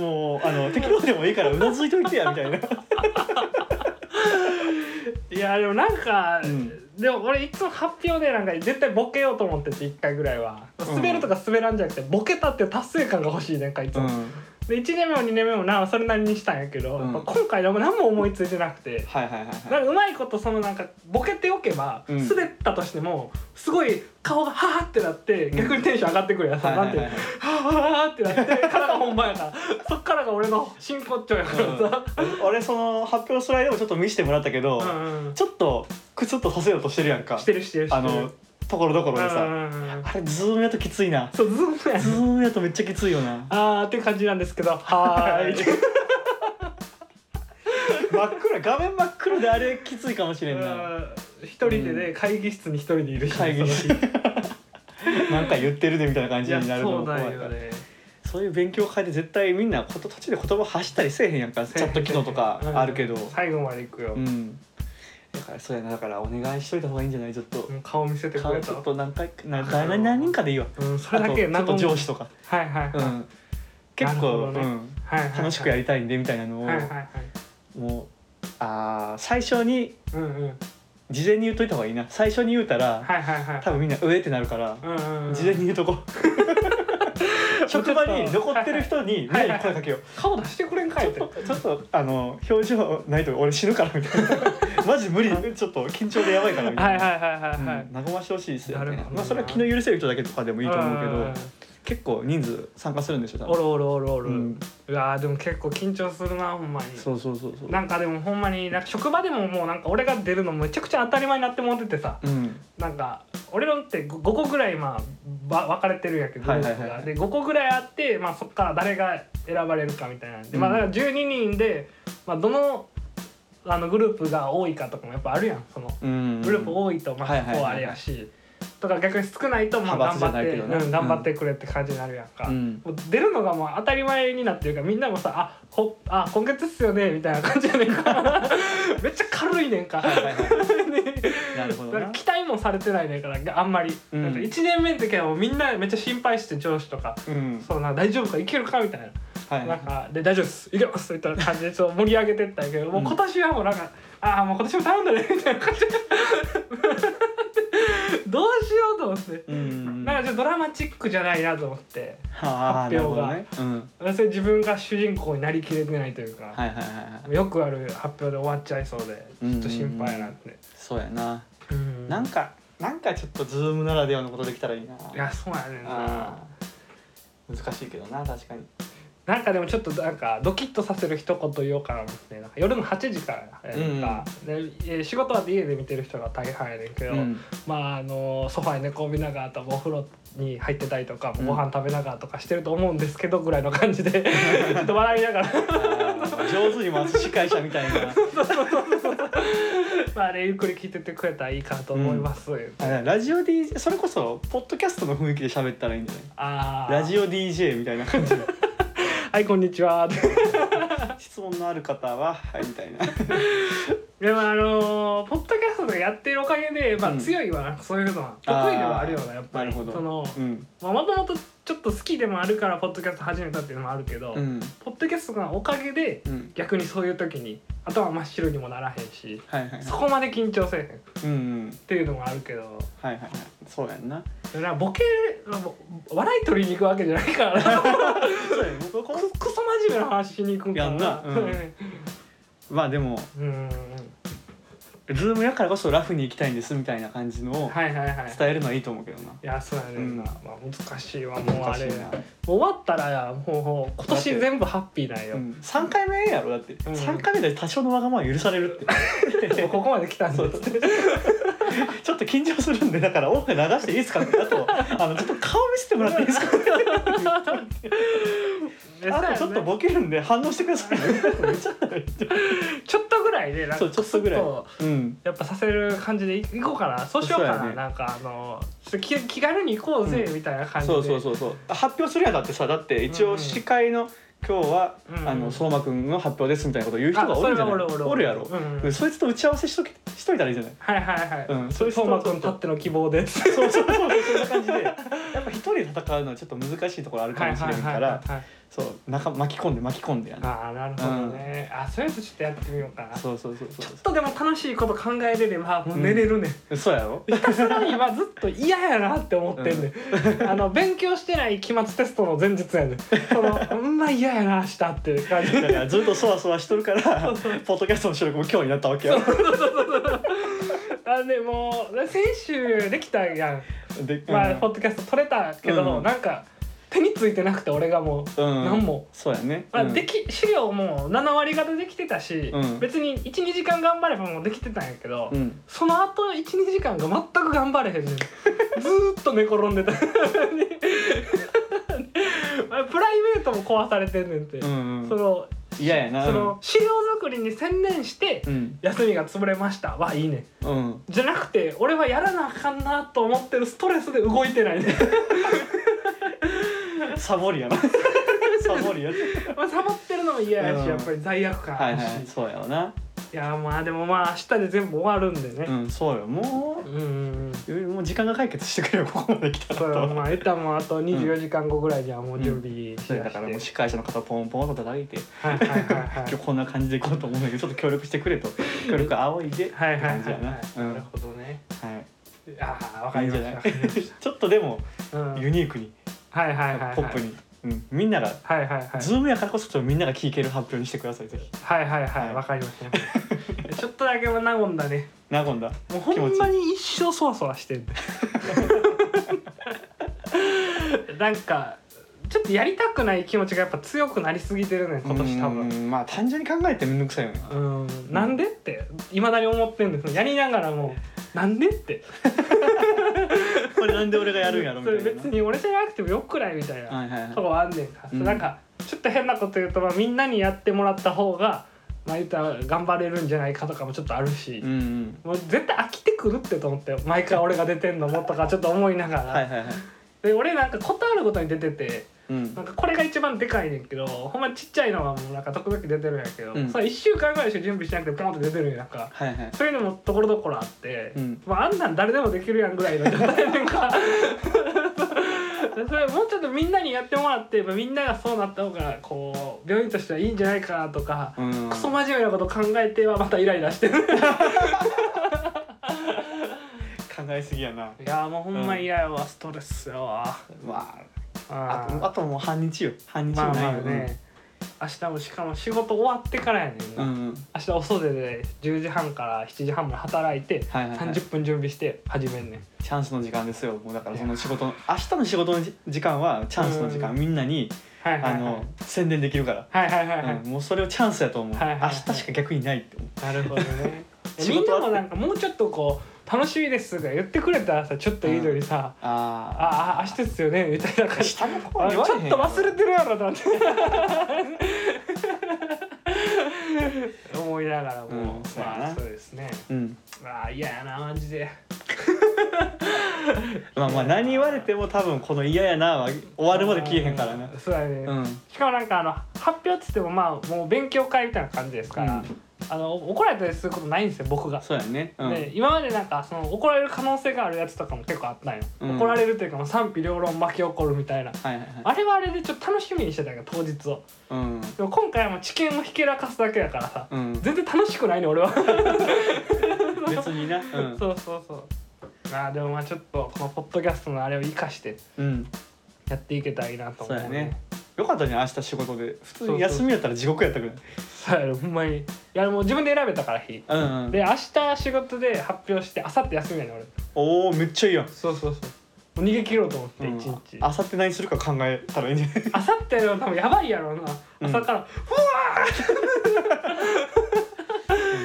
[SPEAKER 1] もうあの適当でもいいからうなずいといてやみた いな
[SPEAKER 2] いやでもなんか、
[SPEAKER 1] うん
[SPEAKER 2] でも俺いつも発表でなんか絶対ボケようと思ってて1回ぐらいは
[SPEAKER 1] ん
[SPEAKER 2] 滑るとか滑らんじゃなくてボケたっていう達成感が欲しいねんかいつ
[SPEAKER 1] う
[SPEAKER 2] も、
[SPEAKER 1] ん
[SPEAKER 2] で1年目も2年目もなそれなりにしたんやけど、
[SPEAKER 1] うん
[SPEAKER 2] やっぱ今回でも何も思いついてなくて、
[SPEAKER 1] はいはいはい
[SPEAKER 2] な
[SPEAKER 1] は
[SPEAKER 2] ん
[SPEAKER 1] い
[SPEAKER 2] かうまいことそのなんかボケておけば、
[SPEAKER 1] うん
[SPEAKER 2] 滑ったとしてもすごい顔がハハってなって
[SPEAKER 1] うん
[SPEAKER 2] 逆にテンション上がってくるやつ、
[SPEAKER 1] はい
[SPEAKER 2] な
[SPEAKER 1] は
[SPEAKER 2] ん
[SPEAKER 1] い
[SPEAKER 2] て
[SPEAKER 1] はい
[SPEAKER 2] ハハハってなってからが本番やからそっからが俺の真骨頂やからさ、
[SPEAKER 1] 俺その発表スライドもちょっと見せてもらったけど、
[SPEAKER 2] うんうん、
[SPEAKER 1] ちょっとクスッとさせようとしてるやんか
[SPEAKER 2] してるしてるしてる
[SPEAKER 1] あのところどころでさ、
[SPEAKER 2] うんうんうん
[SPEAKER 1] あれズームやときついな
[SPEAKER 2] そうズームや
[SPEAKER 1] ズームやとめっちゃきついよな
[SPEAKER 2] あーっていう感じなんですけ どはーい
[SPEAKER 1] 真っ暗画面真っ黒であれきついかもしれんな
[SPEAKER 2] うん一人でね、
[SPEAKER 1] う
[SPEAKER 2] 会議室に一人でいるし
[SPEAKER 1] 会議室
[SPEAKER 2] その 日
[SPEAKER 1] なんか言ってるでみたいな感
[SPEAKER 2] い
[SPEAKER 1] じ
[SPEAKER 2] や
[SPEAKER 1] になるの
[SPEAKER 2] そ
[SPEAKER 1] も
[SPEAKER 2] う
[SPEAKER 1] 怖
[SPEAKER 2] だ
[SPEAKER 1] いか
[SPEAKER 2] よ
[SPEAKER 1] ら
[SPEAKER 2] ね
[SPEAKER 1] そういう勉強会で絶対みんなこと途中で言葉発したりせえへんやんかチャット機能とかあるけど
[SPEAKER 2] うん最後まで行くよ、
[SPEAKER 1] うんだからそうやなだからお願いしといた方がいいんじゃないちょっと
[SPEAKER 2] もう顔見せてく
[SPEAKER 1] 顔
[SPEAKER 2] れ
[SPEAKER 1] ち
[SPEAKER 2] た
[SPEAKER 1] ょっと何回かな何何人かでいいわ
[SPEAKER 2] うん、そ
[SPEAKER 1] あ
[SPEAKER 2] れ
[SPEAKER 1] と
[SPEAKER 2] だ
[SPEAKER 1] ち
[SPEAKER 2] け
[SPEAKER 1] ょっと上司とか
[SPEAKER 2] はいはいはい、
[SPEAKER 1] う
[SPEAKER 2] はい
[SPEAKER 1] ん結
[SPEAKER 2] なるほ
[SPEAKER 1] 構
[SPEAKER 2] どね
[SPEAKER 1] うん
[SPEAKER 2] はいはい、
[SPEAKER 1] 楽しくやりたいんでみたいなの
[SPEAKER 2] はいはいは
[SPEAKER 1] を
[SPEAKER 2] い
[SPEAKER 1] もうあー最初に
[SPEAKER 2] うんうん
[SPEAKER 1] 事前に言っといた方がいいな最初に言うたら
[SPEAKER 2] はいはいはい
[SPEAKER 1] 多分みんな「上ってなるから
[SPEAKER 2] うんうん
[SPEAKER 1] 事前に言うと こ職場に残ってる人に
[SPEAKER 2] はい
[SPEAKER 1] 目に声かけよう
[SPEAKER 2] 顔出してくれんか
[SPEAKER 1] ち
[SPEAKER 2] い
[SPEAKER 1] ょ
[SPEAKER 2] っ
[SPEAKER 1] ってとちょっとあの表情ないと俺死ぬからみたい なマジ無理ちょっと緊張でやばいからみ
[SPEAKER 2] は
[SPEAKER 1] た
[SPEAKER 2] い
[SPEAKER 1] い
[SPEAKER 2] は
[SPEAKER 1] ない
[SPEAKER 2] はいはいはい、
[SPEAKER 1] うん和ましてほしいですよ
[SPEAKER 2] なる
[SPEAKER 1] ね
[SPEAKER 2] ほどな
[SPEAKER 1] まあそれは気の許せる人だけとかでもいいと思うけ
[SPEAKER 2] んん
[SPEAKER 1] ど
[SPEAKER 2] ん
[SPEAKER 1] 結構人数参加するんでしょ多
[SPEAKER 2] お
[SPEAKER 1] 分
[SPEAKER 2] るおるおるおる、
[SPEAKER 1] う
[SPEAKER 2] うんわーでも結構緊張するなほんまに
[SPEAKER 1] そうそうそうそう
[SPEAKER 2] なんかでもほんまになんか職場でももうなんか俺が出るのめちゃくちゃ当たり前になってもっててさ
[SPEAKER 1] うん
[SPEAKER 2] なんか俺のって5個ぐらいまあば分かれてるんやけど、
[SPEAKER 1] はいはいはいはい
[SPEAKER 2] グループがで5個ぐらいあって、まあ、そっから誰が選ばれるかみたいなんで、
[SPEAKER 1] うん
[SPEAKER 2] まあだから12人で、まあ、どのあのグループが多いかとかもやっぱあるやんその
[SPEAKER 1] うん
[SPEAKER 2] グループ多いとま
[SPEAKER 1] は
[SPEAKER 2] あ
[SPEAKER 1] いはいはい
[SPEAKER 2] こうあれやしとか逆に少ないとまあ頑
[SPEAKER 1] 派閥じゃ
[SPEAKER 2] 張
[SPEAKER 1] ないけ
[SPEAKER 2] って、
[SPEAKER 1] どな
[SPEAKER 2] うん、頑張ってくれって感じになるやんか、
[SPEAKER 1] うん
[SPEAKER 2] もう出るのがもう当たり前になってるからみんなもさ「あこあ今月っすよね」みたいな感じやねんか めっちゃ軽いねんか。
[SPEAKER 1] はいはい はいなるほど
[SPEAKER 2] だから
[SPEAKER 1] な
[SPEAKER 2] 期待もされてないねんからあんまり、
[SPEAKER 1] うん
[SPEAKER 2] なんか1年目の時はもうみんなめっちゃ心配して上司とか
[SPEAKER 1] うん
[SPEAKER 2] そうなんか大丈夫かいけるかみたいな,、
[SPEAKER 1] はい
[SPEAKER 2] なんかで大丈夫ですいけますみたいな感じでちょっと盛り上げてったんやけど、もう今年はもうなんかああもう今年も頼んだねみたいな感じで どうしようと思って、
[SPEAKER 1] うん
[SPEAKER 2] なんかちょっとドラマチックじゃないなと思って
[SPEAKER 1] あー
[SPEAKER 2] 発表が
[SPEAKER 1] なるほどねうん
[SPEAKER 2] 私自分が主人公になりきれてないというか、
[SPEAKER 1] はいはいはいはい
[SPEAKER 2] よくある発表で終わっちゃいそうでちょっと心配やなって、
[SPEAKER 1] そうやな
[SPEAKER 2] うん
[SPEAKER 1] なんかなんかちょっとズームならではのことできたらいいない
[SPEAKER 2] やそうやねんな
[SPEAKER 1] あー難しいけどな確かに
[SPEAKER 2] なんかでもちょっとなんかドキッとさせる一言言おうかなと思ってなんか夜の8時からやんか、でえー仕事は家で見てる人が大半やねんけど、
[SPEAKER 1] うん
[SPEAKER 2] まああのソファに寝込みながらとかお風呂に入ってたりとか、
[SPEAKER 1] うん
[SPEAKER 2] ご飯食べながらとかしてると思うんですけどぐらいの感じでちょっと笑いながら
[SPEAKER 1] 上手に回す司会者みたいな
[SPEAKER 2] まああれゆっくり聞いててくれたらいいかと思います、
[SPEAKER 1] あラジオ DJ それこそポッドキャストの雰囲気で喋ったらいいんじゃない
[SPEAKER 2] ああ
[SPEAKER 1] ラジオ DJ みたいな感じで
[SPEAKER 2] はいこんにちは」って
[SPEAKER 1] 質問のある方ははいみたいな
[SPEAKER 2] でもあのーポッドキャストでやってるおかげで、まあ、
[SPEAKER 1] うん
[SPEAKER 2] 強いはなんかそういうのは得
[SPEAKER 1] あー
[SPEAKER 2] 意ではあるよなやっぱり
[SPEAKER 1] なるほど
[SPEAKER 2] その
[SPEAKER 1] うん
[SPEAKER 2] まあもともとちょっと好きでもあるからポッドキャスト始めたっていうのもあるけど、
[SPEAKER 1] うん
[SPEAKER 2] ポッドキャストがおかげで
[SPEAKER 1] うん
[SPEAKER 2] 逆にそういう時に頭真っ白にもならへんし
[SPEAKER 1] はいはいはい
[SPEAKER 2] そこまで緊張せえへんっ
[SPEAKER 1] うんうん
[SPEAKER 2] ていうのもあるけど
[SPEAKER 1] はいはいはいそうやんな
[SPEAKER 2] だからボケ笑い取りに行くわけじゃない からな
[SPEAKER 1] そうやん僕はこの
[SPEAKER 2] ククソ真面目な話しに行くんか
[SPEAKER 1] やんな
[SPEAKER 2] な
[SPEAKER 1] う
[SPEAKER 2] うんん
[SPEAKER 1] まあでも
[SPEAKER 2] うん
[SPEAKER 1] ズームやからこそラフに行きたいんですみたいな感じのを
[SPEAKER 2] はいはいはい
[SPEAKER 1] 伝えるのはいいと思うけどない
[SPEAKER 2] やそうやねんな、
[SPEAKER 1] うん
[SPEAKER 2] まあ、難しいわもうあれ
[SPEAKER 1] 難しいな
[SPEAKER 2] 終わったらもう今年全部ハッピーなんよ、
[SPEAKER 1] うん3回目やろだって
[SPEAKER 2] うん
[SPEAKER 1] 3回目で多少のわがまま許されるって
[SPEAKER 2] も う ここまで来たん
[SPEAKER 1] そ
[SPEAKER 2] で
[SPEAKER 1] う
[SPEAKER 2] す
[SPEAKER 1] ちょっと緊張するんでだから音楽流していいですかってあとあのちょっと顔見せてもらっていいです かってあとちょっとボケるんで反応してくだ さいねめちゃ
[SPEAKER 2] ちょっとぐらいでなんか
[SPEAKER 1] そうちょっとぐらい
[SPEAKER 2] クスッと
[SPEAKER 1] うん
[SPEAKER 2] やっぱさせる感じでいいこうかなそうしようか
[SPEAKER 1] そう
[SPEAKER 2] な
[SPEAKER 1] やね
[SPEAKER 2] なんかあのちょっと気気軽に行こうぜ、
[SPEAKER 1] う
[SPEAKER 2] みたいな感じで
[SPEAKER 1] そうそうそうそう発表するやんだってさだって一
[SPEAKER 2] うんう
[SPEAKER 1] 応
[SPEAKER 2] ん
[SPEAKER 1] 司会の今日は
[SPEAKER 2] うん
[SPEAKER 1] あの相馬くんの発表ですみたいなこと言う人がおるんじゃない
[SPEAKER 2] あそれはおるおるおる
[SPEAKER 1] おるやろ
[SPEAKER 2] うんうん
[SPEAKER 1] うんそいつと打ち合わせしときしといたらいいじゃ ない
[SPEAKER 2] はいはいはい、
[SPEAKER 1] うん
[SPEAKER 2] そ
[SPEAKER 1] そうい
[SPEAKER 2] れ
[SPEAKER 1] う人
[SPEAKER 2] 相馬君たっての希望です
[SPEAKER 1] そうそうそうそんな感じで やっぱ一人で戦うのはちょっと難しいところあるか
[SPEAKER 2] はい
[SPEAKER 1] もし
[SPEAKER 2] はい
[SPEAKER 1] れん
[SPEAKER 2] はい
[SPEAKER 1] か
[SPEAKER 2] はい
[SPEAKER 1] ら
[SPEAKER 2] はい
[SPEAKER 1] そう中巻き込んで巻き込んでやな
[SPEAKER 2] ああなるほどね、あそういうやつちょっとやってみようかなちょ
[SPEAKER 1] そうそうそう そう
[SPEAKER 2] っとでも楽しいこと考えれればもう寝れるね、
[SPEAKER 1] そうやろ
[SPEAKER 2] ひたすら今ずっと嫌やなって思ってんね、ん、あの勉強してない期末テストの前日やねん そのうんま嫌やな明日っていう感じ
[SPEAKER 1] だからずっとそわそわしとるからポッドキャストの収録も今日になったわけよ
[SPEAKER 2] あでもう先週できたやん、
[SPEAKER 1] で
[SPEAKER 2] まあ
[SPEAKER 1] うん
[SPEAKER 2] ポッドキャスト撮れたけど、
[SPEAKER 1] うん
[SPEAKER 2] なんか手についてなくて俺がもう、
[SPEAKER 1] うん
[SPEAKER 2] 何も
[SPEAKER 1] そうやね
[SPEAKER 2] まあ、
[SPEAKER 1] うん
[SPEAKER 2] でき資料も7割方できてたし、
[SPEAKER 1] うん
[SPEAKER 2] 別に12時間頑張ればもうできてたんやけど、
[SPEAKER 1] うん
[SPEAKER 2] その後12時間が全く頑張れへん ねんずーっと寝転んでた ねプライベートも壊されてんねんて、
[SPEAKER 1] うんう
[SPEAKER 2] そ
[SPEAKER 1] ん
[SPEAKER 2] の
[SPEAKER 1] 嫌やな
[SPEAKER 2] その資料作りに専念して、
[SPEAKER 1] うん
[SPEAKER 2] 休みが潰れましたはいいね
[SPEAKER 1] うん
[SPEAKER 2] じゃなくて俺はやらなあかんなと思ってるストレスで動いてないね
[SPEAKER 1] サボりやなサボりやな
[SPEAKER 2] まあサボってるのも嫌やし、
[SPEAKER 1] うん
[SPEAKER 2] やっぱり罪悪感
[SPEAKER 1] は
[SPEAKER 2] あ
[SPEAKER 1] い
[SPEAKER 2] るし、
[SPEAKER 1] はいそうやわない
[SPEAKER 2] やまあでもまあ明日で全部終わるんで
[SPEAKER 1] う
[SPEAKER 2] ね、
[SPEAKER 1] んそうよも
[SPEAKER 2] うん、うんうん
[SPEAKER 1] うもう時間が解決してくれよここまで来たら
[SPEAKER 2] そう
[SPEAKER 1] と
[SPEAKER 2] まあ言ったらもうあと24時間後ぐらいじゃもう準備しだして、
[SPEAKER 1] だからもう司会者の方ポンポンと叩いて
[SPEAKER 2] はいはいはいは
[SPEAKER 1] 今
[SPEAKER 2] い
[SPEAKER 1] 日こんな感じでいこうと思うんだけどちょっと協力してくれと協力仰いで
[SPEAKER 2] はいはいはい、
[SPEAKER 1] って感じやなうん
[SPEAKER 2] なるほどね。
[SPEAKER 1] はい
[SPEAKER 2] ああ、わかりました。わか
[SPEAKER 1] いい
[SPEAKER 2] り
[SPEAKER 1] んじゃない
[SPEAKER 2] まし
[SPEAKER 1] ちょっとでも
[SPEAKER 2] た。うん、
[SPEAKER 1] ユニークに
[SPEAKER 2] はいはいはい、はい。
[SPEAKER 1] ポップ。にうんみんなが
[SPEAKER 2] はいはいはい。
[SPEAKER 1] ズームやからこそちょっとみんなが聞ける発表にしてくださいぜひ
[SPEAKER 2] はいはい
[SPEAKER 1] は
[SPEAKER 2] はいい、わかりました。 ちょっとだけは和んだね。
[SPEAKER 1] なこんだ
[SPEAKER 2] もうほんまに一生そわそわしてる。 なんか。ちょっとやりたくない気持ちがやっぱ強くなりすぎてるね今年多分
[SPEAKER 1] うんまあ単純に考えてめんどくさいよ ね
[SPEAKER 2] うんなんでっていまだに思ってるんですやりながらもなんでって
[SPEAKER 1] これなんで俺がやるんやろみ
[SPEAKER 2] そ
[SPEAKER 1] たい
[SPEAKER 2] れ
[SPEAKER 1] な
[SPEAKER 2] 別に俺じゃなくてもよくないみたいな、
[SPEAKER 1] はいはいはい
[SPEAKER 2] とこはあんねんか、
[SPEAKER 1] うん
[SPEAKER 2] なんかちょっと変なこと言うと、まあ、みんなにやってもらった方が、まあ、言ったら頑張れるんじゃないかとかもちょっとあるし、
[SPEAKER 1] うんうん
[SPEAKER 2] もう絶対飽きてくるってと思って毎回俺が出てんのもとかちょっと思いながら、
[SPEAKER 1] はいはいはい
[SPEAKER 2] で俺なんかことあることに出てて
[SPEAKER 1] うん
[SPEAKER 2] なんかこれが一番でかいねんけどほんまちっちゃいのはもうなんか時々出てるんやけど、
[SPEAKER 1] うん
[SPEAKER 2] そ1週間ぐらいしか準備しなくてポンと出てるんやんか。
[SPEAKER 1] はいはい
[SPEAKER 2] そういうのもところどころあって、
[SPEAKER 1] うん
[SPEAKER 2] まあ、あんなん誰でもできるやんぐらいの状態やねん かそれもうちょっとみんなにやってもらって、まあ、みんながそうなった方がこう病院としてはいいんじゃないかなとか、
[SPEAKER 1] うん
[SPEAKER 2] クソ真面目なこと考えてはまたイライラしてる
[SPEAKER 1] 考えすぎやない
[SPEAKER 2] やもうほんま嫌やわ、ストレスやわ
[SPEAKER 1] まああ
[SPEAKER 2] あー
[SPEAKER 1] とあともう半日よ半日
[SPEAKER 2] まあ
[SPEAKER 1] ない
[SPEAKER 2] まあ
[SPEAKER 1] よ
[SPEAKER 2] ね、明日もしかも仕事終わってからやねん
[SPEAKER 1] う
[SPEAKER 2] な、
[SPEAKER 1] んうん
[SPEAKER 2] 明日お袖で10時半から7時半まで働いて
[SPEAKER 1] はいはいはい
[SPEAKER 2] 30分準備して始めんねん
[SPEAKER 1] チャンスの時間ですよもうだからその仕事の明日の仕事の時間はチャンスの時間
[SPEAKER 2] う
[SPEAKER 1] みんなに
[SPEAKER 2] はいはい
[SPEAKER 1] あ
[SPEAKER 2] はい
[SPEAKER 1] の宣伝できるから
[SPEAKER 2] はいはいはいはい、
[SPEAKER 1] うんもうそれをチャンスやと思う
[SPEAKER 2] はいはい
[SPEAKER 1] 明
[SPEAKER 2] はい
[SPEAKER 1] 日しか逆にないって思
[SPEAKER 2] なるほどね
[SPEAKER 1] 仕
[SPEAKER 2] みん
[SPEAKER 1] 事は
[SPEAKER 2] なもなんかもうちょっとこう「楽しみです」とか言ってくれたらさちょっといいのにさ
[SPEAKER 1] う
[SPEAKER 2] 「
[SPEAKER 1] あ
[SPEAKER 2] ああ明日ですよね」みたいな感じち
[SPEAKER 1] 下の子
[SPEAKER 2] ょっ
[SPEAKER 1] は
[SPEAKER 2] と
[SPEAKER 1] 言われへん
[SPEAKER 2] 忘れてるやろ なって思いながらも、
[SPEAKER 1] うんそうや
[SPEAKER 2] ま
[SPEAKER 1] な
[SPEAKER 2] あそうですね
[SPEAKER 1] うん
[SPEAKER 2] ああ嫌やなマジで
[SPEAKER 1] まあまあ何言われても多分この「嫌やな」は終わるまで消えへんからな
[SPEAKER 2] そうやね、
[SPEAKER 1] うん
[SPEAKER 2] しかもなんかあの発表っつってもまあもう勉強会みたいな感じですから、
[SPEAKER 1] うん
[SPEAKER 2] あの怒られたりすることないんですよ僕が。
[SPEAKER 1] そうやねうん
[SPEAKER 2] で今までなんかその怒られる可能性があるやつとかも結構あったんよ、
[SPEAKER 1] うん
[SPEAKER 2] 怒られるというかもう賛否両論巻き起こるみたいな
[SPEAKER 1] はいはいはい
[SPEAKER 2] あれはあれでちょっと楽しみにしてたんや当日を
[SPEAKER 1] うん
[SPEAKER 2] でも今回はもう知見をひけらかすだけだからさ、
[SPEAKER 1] うん
[SPEAKER 2] 全然楽しくないね俺は、
[SPEAKER 1] 別になうん
[SPEAKER 2] そうそうそうまあでもまあちょっとこのポッドキャストのあれを生かして
[SPEAKER 1] うん
[SPEAKER 2] やっていけたらいいなと思
[SPEAKER 1] そううやねよかったね明日仕事で普通
[SPEAKER 2] そうそう
[SPEAKER 1] に休みやったら地獄やったくらい
[SPEAKER 2] そうやろほんまにいやもう自分で選べたから日
[SPEAKER 1] うんうん
[SPEAKER 2] で明日仕事で発表して明後日休みやね俺
[SPEAKER 1] おおめっちゃいいやん
[SPEAKER 2] そうそうそうもう逃げ切ろうと思って
[SPEAKER 1] うん
[SPEAKER 2] 一日、
[SPEAKER 1] あさって何するか考えたらいいんじ ゃない
[SPEAKER 2] あさっての多分やばいやろうな、
[SPEAKER 1] うん
[SPEAKER 2] 朝から「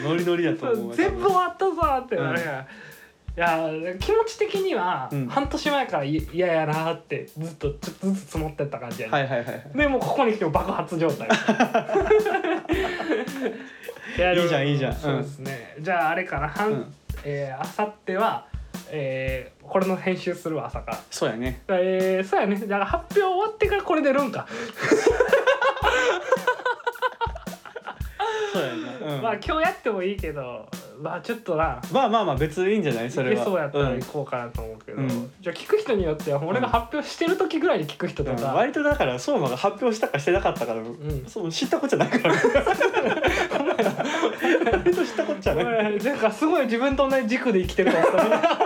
[SPEAKER 1] ノリノリやと
[SPEAKER 2] う
[SPEAKER 1] 思
[SPEAKER 2] わ
[SPEAKER 1] う
[SPEAKER 2] 全部終わったぞ」ってなるやん、いや気持ち的には
[SPEAKER 1] うん
[SPEAKER 2] 半年前からい嫌やなーってずっとちょっとずつ積もってった感じやね、
[SPEAKER 1] はいはいはいはい
[SPEAKER 2] でもうここに来ても爆発状 態やでも
[SPEAKER 1] いいじゃんいいじゃん
[SPEAKER 2] そうですね、じゃああれかな半、
[SPEAKER 1] うん
[SPEAKER 2] えー、あさっては、えー、これの編集するわ朝から
[SPEAKER 1] そうやね
[SPEAKER 2] えー、そうやねだから発表終わってからこれ出るんか、
[SPEAKER 1] そうやなうん
[SPEAKER 2] まあ今日やってもいいけどまあちょっとな
[SPEAKER 1] まあまあまあ別でいいんじゃないそ
[SPEAKER 2] い
[SPEAKER 1] れ
[SPEAKER 2] け
[SPEAKER 1] は
[SPEAKER 2] そうやったら
[SPEAKER 1] うん
[SPEAKER 2] 行こうかなと思うけど、
[SPEAKER 1] うん
[SPEAKER 2] じゃあ聞く人によっては俺が発表してる時ぐらいに聞く人と
[SPEAKER 1] うん
[SPEAKER 2] か、
[SPEAKER 1] 割とだから相馬が発表したかしてなかったから、
[SPEAKER 2] ん
[SPEAKER 1] そう知ったことじゃない から割と知ったことじゃ
[SPEAKER 2] お
[SPEAKER 1] ない
[SPEAKER 2] いなんかすごい自分と同じ軸で生きてるからさ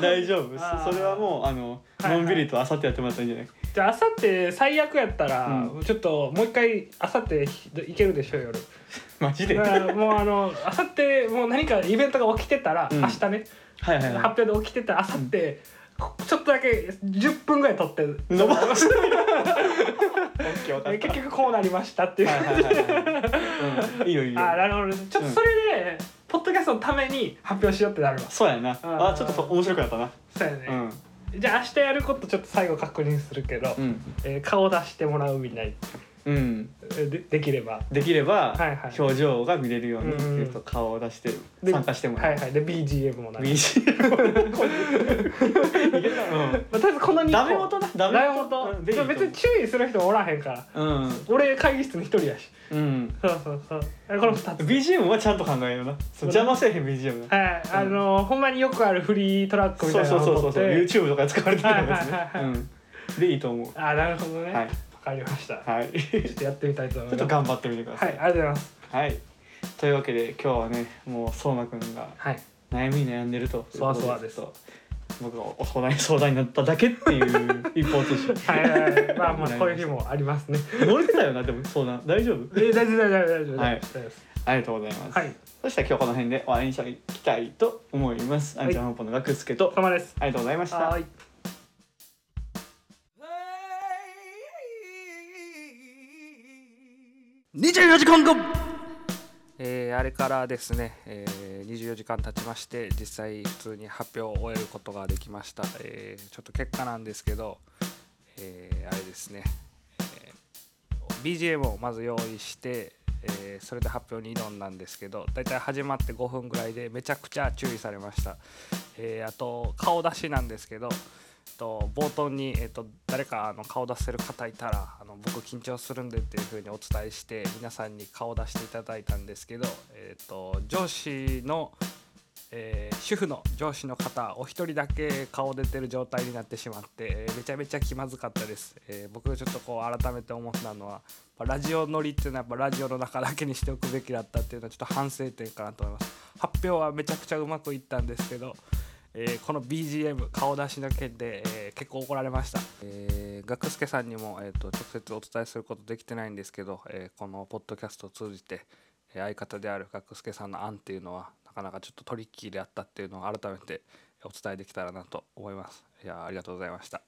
[SPEAKER 1] 大丈夫
[SPEAKER 2] あー
[SPEAKER 1] そそれはもうあの、
[SPEAKER 2] はいは
[SPEAKER 1] の
[SPEAKER 2] い
[SPEAKER 1] んびりとあさってやってもらったらいいんじゃない
[SPEAKER 2] じゃああさって最悪やったら、
[SPEAKER 1] う
[SPEAKER 2] ちょっともう一回あさって行けるでしょ夜
[SPEAKER 1] マジで、
[SPEAKER 2] だからもうあのあさってもう何かイベントが起きてたら、
[SPEAKER 1] うん
[SPEAKER 2] 明日ね
[SPEAKER 1] はいはいは
[SPEAKER 2] 発表で起きてたらあさってちょっとだけ10分ぐらい撮って
[SPEAKER 1] い伸ばす OK わか
[SPEAKER 2] え
[SPEAKER 1] った
[SPEAKER 2] 結局こうなりましたっていう
[SPEAKER 1] はい
[SPEAKER 2] 感
[SPEAKER 1] はい
[SPEAKER 2] じ
[SPEAKER 1] はいはい、うん、いいよいいよ
[SPEAKER 2] あなるほどちょっとそれで、ポッドキャストのために発表しようってなるわ
[SPEAKER 1] そうやな
[SPEAKER 2] あ
[SPEAKER 1] あ
[SPEAKER 2] ー
[SPEAKER 1] ちょっとそ面白くなったな
[SPEAKER 2] そうやね
[SPEAKER 1] う、ん
[SPEAKER 2] じゃあ明日やることちょっと最後確認するけど、
[SPEAKER 1] うん、
[SPEAKER 2] えー顔出してもらうみたい
[SPEAKER 1] うん、
[SPEAKER 2] でできれば
[SPEAKER 1] できれば、
[SPEAKER 2] はいはい
[SPEAKER 1] 表情が見れるように、
[SPEAKER 2] うん
[SPEAKER 1] ちょっと顔を出して
[SPEAKER 2] で
[SPEAKER 1] 参加してもらう、
[SPEAKER 2] はいはいで BGM もなる、
[SPEAKER 1] 民主 うん
[SPEAKER 2] まあ、とりあえずこの2個
[SPEAKER 1] ダメ元なダメ
[SPEAKER 2] ダメ
[SPEAKER 1] 元
[SPEAKER 2] 元
[SPEAKER 1] うん
[SPEAKER 2] で
[SPEAKER 1] でいいと思う
[SPEAKER 2] も別に注意する人おらへんから
[SPEAKER 1] うん
[SPEAKER 2] 俺会議室に一人やし
[SPEAKER 1] うん
[SPEAKER 2] そうそうそうこの2つ
[SPEAKER 1] BGM はちゃんと考えようなそう邪魔せえへん BGM な
[SPEAKER 2] はい、あのほんまによくあるフリートラック
[SPEAKER 1] そう
[SPEAKER 2] み
[SPEAKER 1] そう
[SPEAKER 2] たいなの
[SPEAKER 1] そうそ
[SPEAKER 2] を
[SPEAKER 1] うそ
[SPEAKER 2] 撮っ
[SPEAKER 1] う
[SPEAKER 2] て
[SPEAKER 1] YouTube とかで使われてるようなやつ
[SPEAKER 2] はいはいはい
[SPEAKER 1] ね
[SPEAKER 2] は
[SPEAKER 1] うんでいいと思う
[SPEAKER 2] あなるほどね、
[SPEAKER 1] は
[SPEAKER 2] わ
[SPEAKER 1] い
[SPEAKER 2] かりました、
[SPEAKER 1] はい
[SPEAKER 2] ちょっとやってみたいと思
[SPEAKER 1] ちょ
[SPEAKER 2] い
[SPEAKER 1] っと
[SPEAKER 2] ます
[SPEAKER 1] 頑張ってみてくだ
[SPEAKER 2] は
[SPEAKER 1] さ
[SPEAKER 2] いあ
[SPEAKER 1] い
[SPEAKER 2] りがとうございます
[SPEAKER 1] はいというわけで今日はねもう相馬くんが
[SPEAKER 2] はい
[SPEAKER 1] 悩みに悩んでると
[SPEAKER 2] そわそわです
[SPEAKER 1] ということで僕がお相談に相談になっただけって いう一方通信
[SPEAKER 2] はいはいはいまあ まあこういう日もありますね
[SPEAKER 1] 乗れてたよなでも相談大丈夫
[SPEAKER 2] えー大丈夫大丈夫大丈夫
[SPEAKER 1] はい
[SPEAKER 2] 大丈夫です
[SPEAKER 1] ありがとうございます、
[SPEAKER 2] はい
[SPEAKER 1] そしたら今日この辺で終わりにしたいきたいと思います。
[SPEAKER 2] い
[SPEAKER 1] アンちゃん本舗のガクスケと
[SPEAKER 2] お疲れ様です
[SPEAKER 1] ありがとうございました。
[SPEAKER 2] はーい
[SPEAKER 4] 24時間後
[SPEAKER 5] えーあれからですね、えー24時間経ちまして実際普通に発表を終えることができました、えーちょっと結果なんですけど、えーあれですね、えー BGM をまず用意して、えーそれで発表に挑んだんですけどだいたい始まって5分ぐらいでめちゃくちゃ注意されました、えーあと顔出しなんですけどえっと冒頭に、えっと、誰かあの顔出せる方いたらあの僕緊張するんでっていう風にお伝えして皆さんに顔出していただいたんですけど、えっと、上司の、えー主婦の上司の方お一人だけ顔出てる状態になってしまって、えーめちゃめちゃ気まずかったです、えー僕がちょっとこう改めて思ったのはやっぱラジオ乗りっていうのはやっぱラジオの中だけにしておくべきだったっていうのはちょっと反省点かなと思います発表はめちゃくちゃうまくいったんですけどえーこの BGM 顔出しの件で、えー結構怒られました、えー、学助さんにも、えー、と直接お伝えすることできてないんですけど、えーこのポッドキャストを通じて、えー相方である学助さんの案っていうのはなかなかちょっとトリッキーであったっていうのを改めてお伝えできたらなと思いますいやーありがとうございました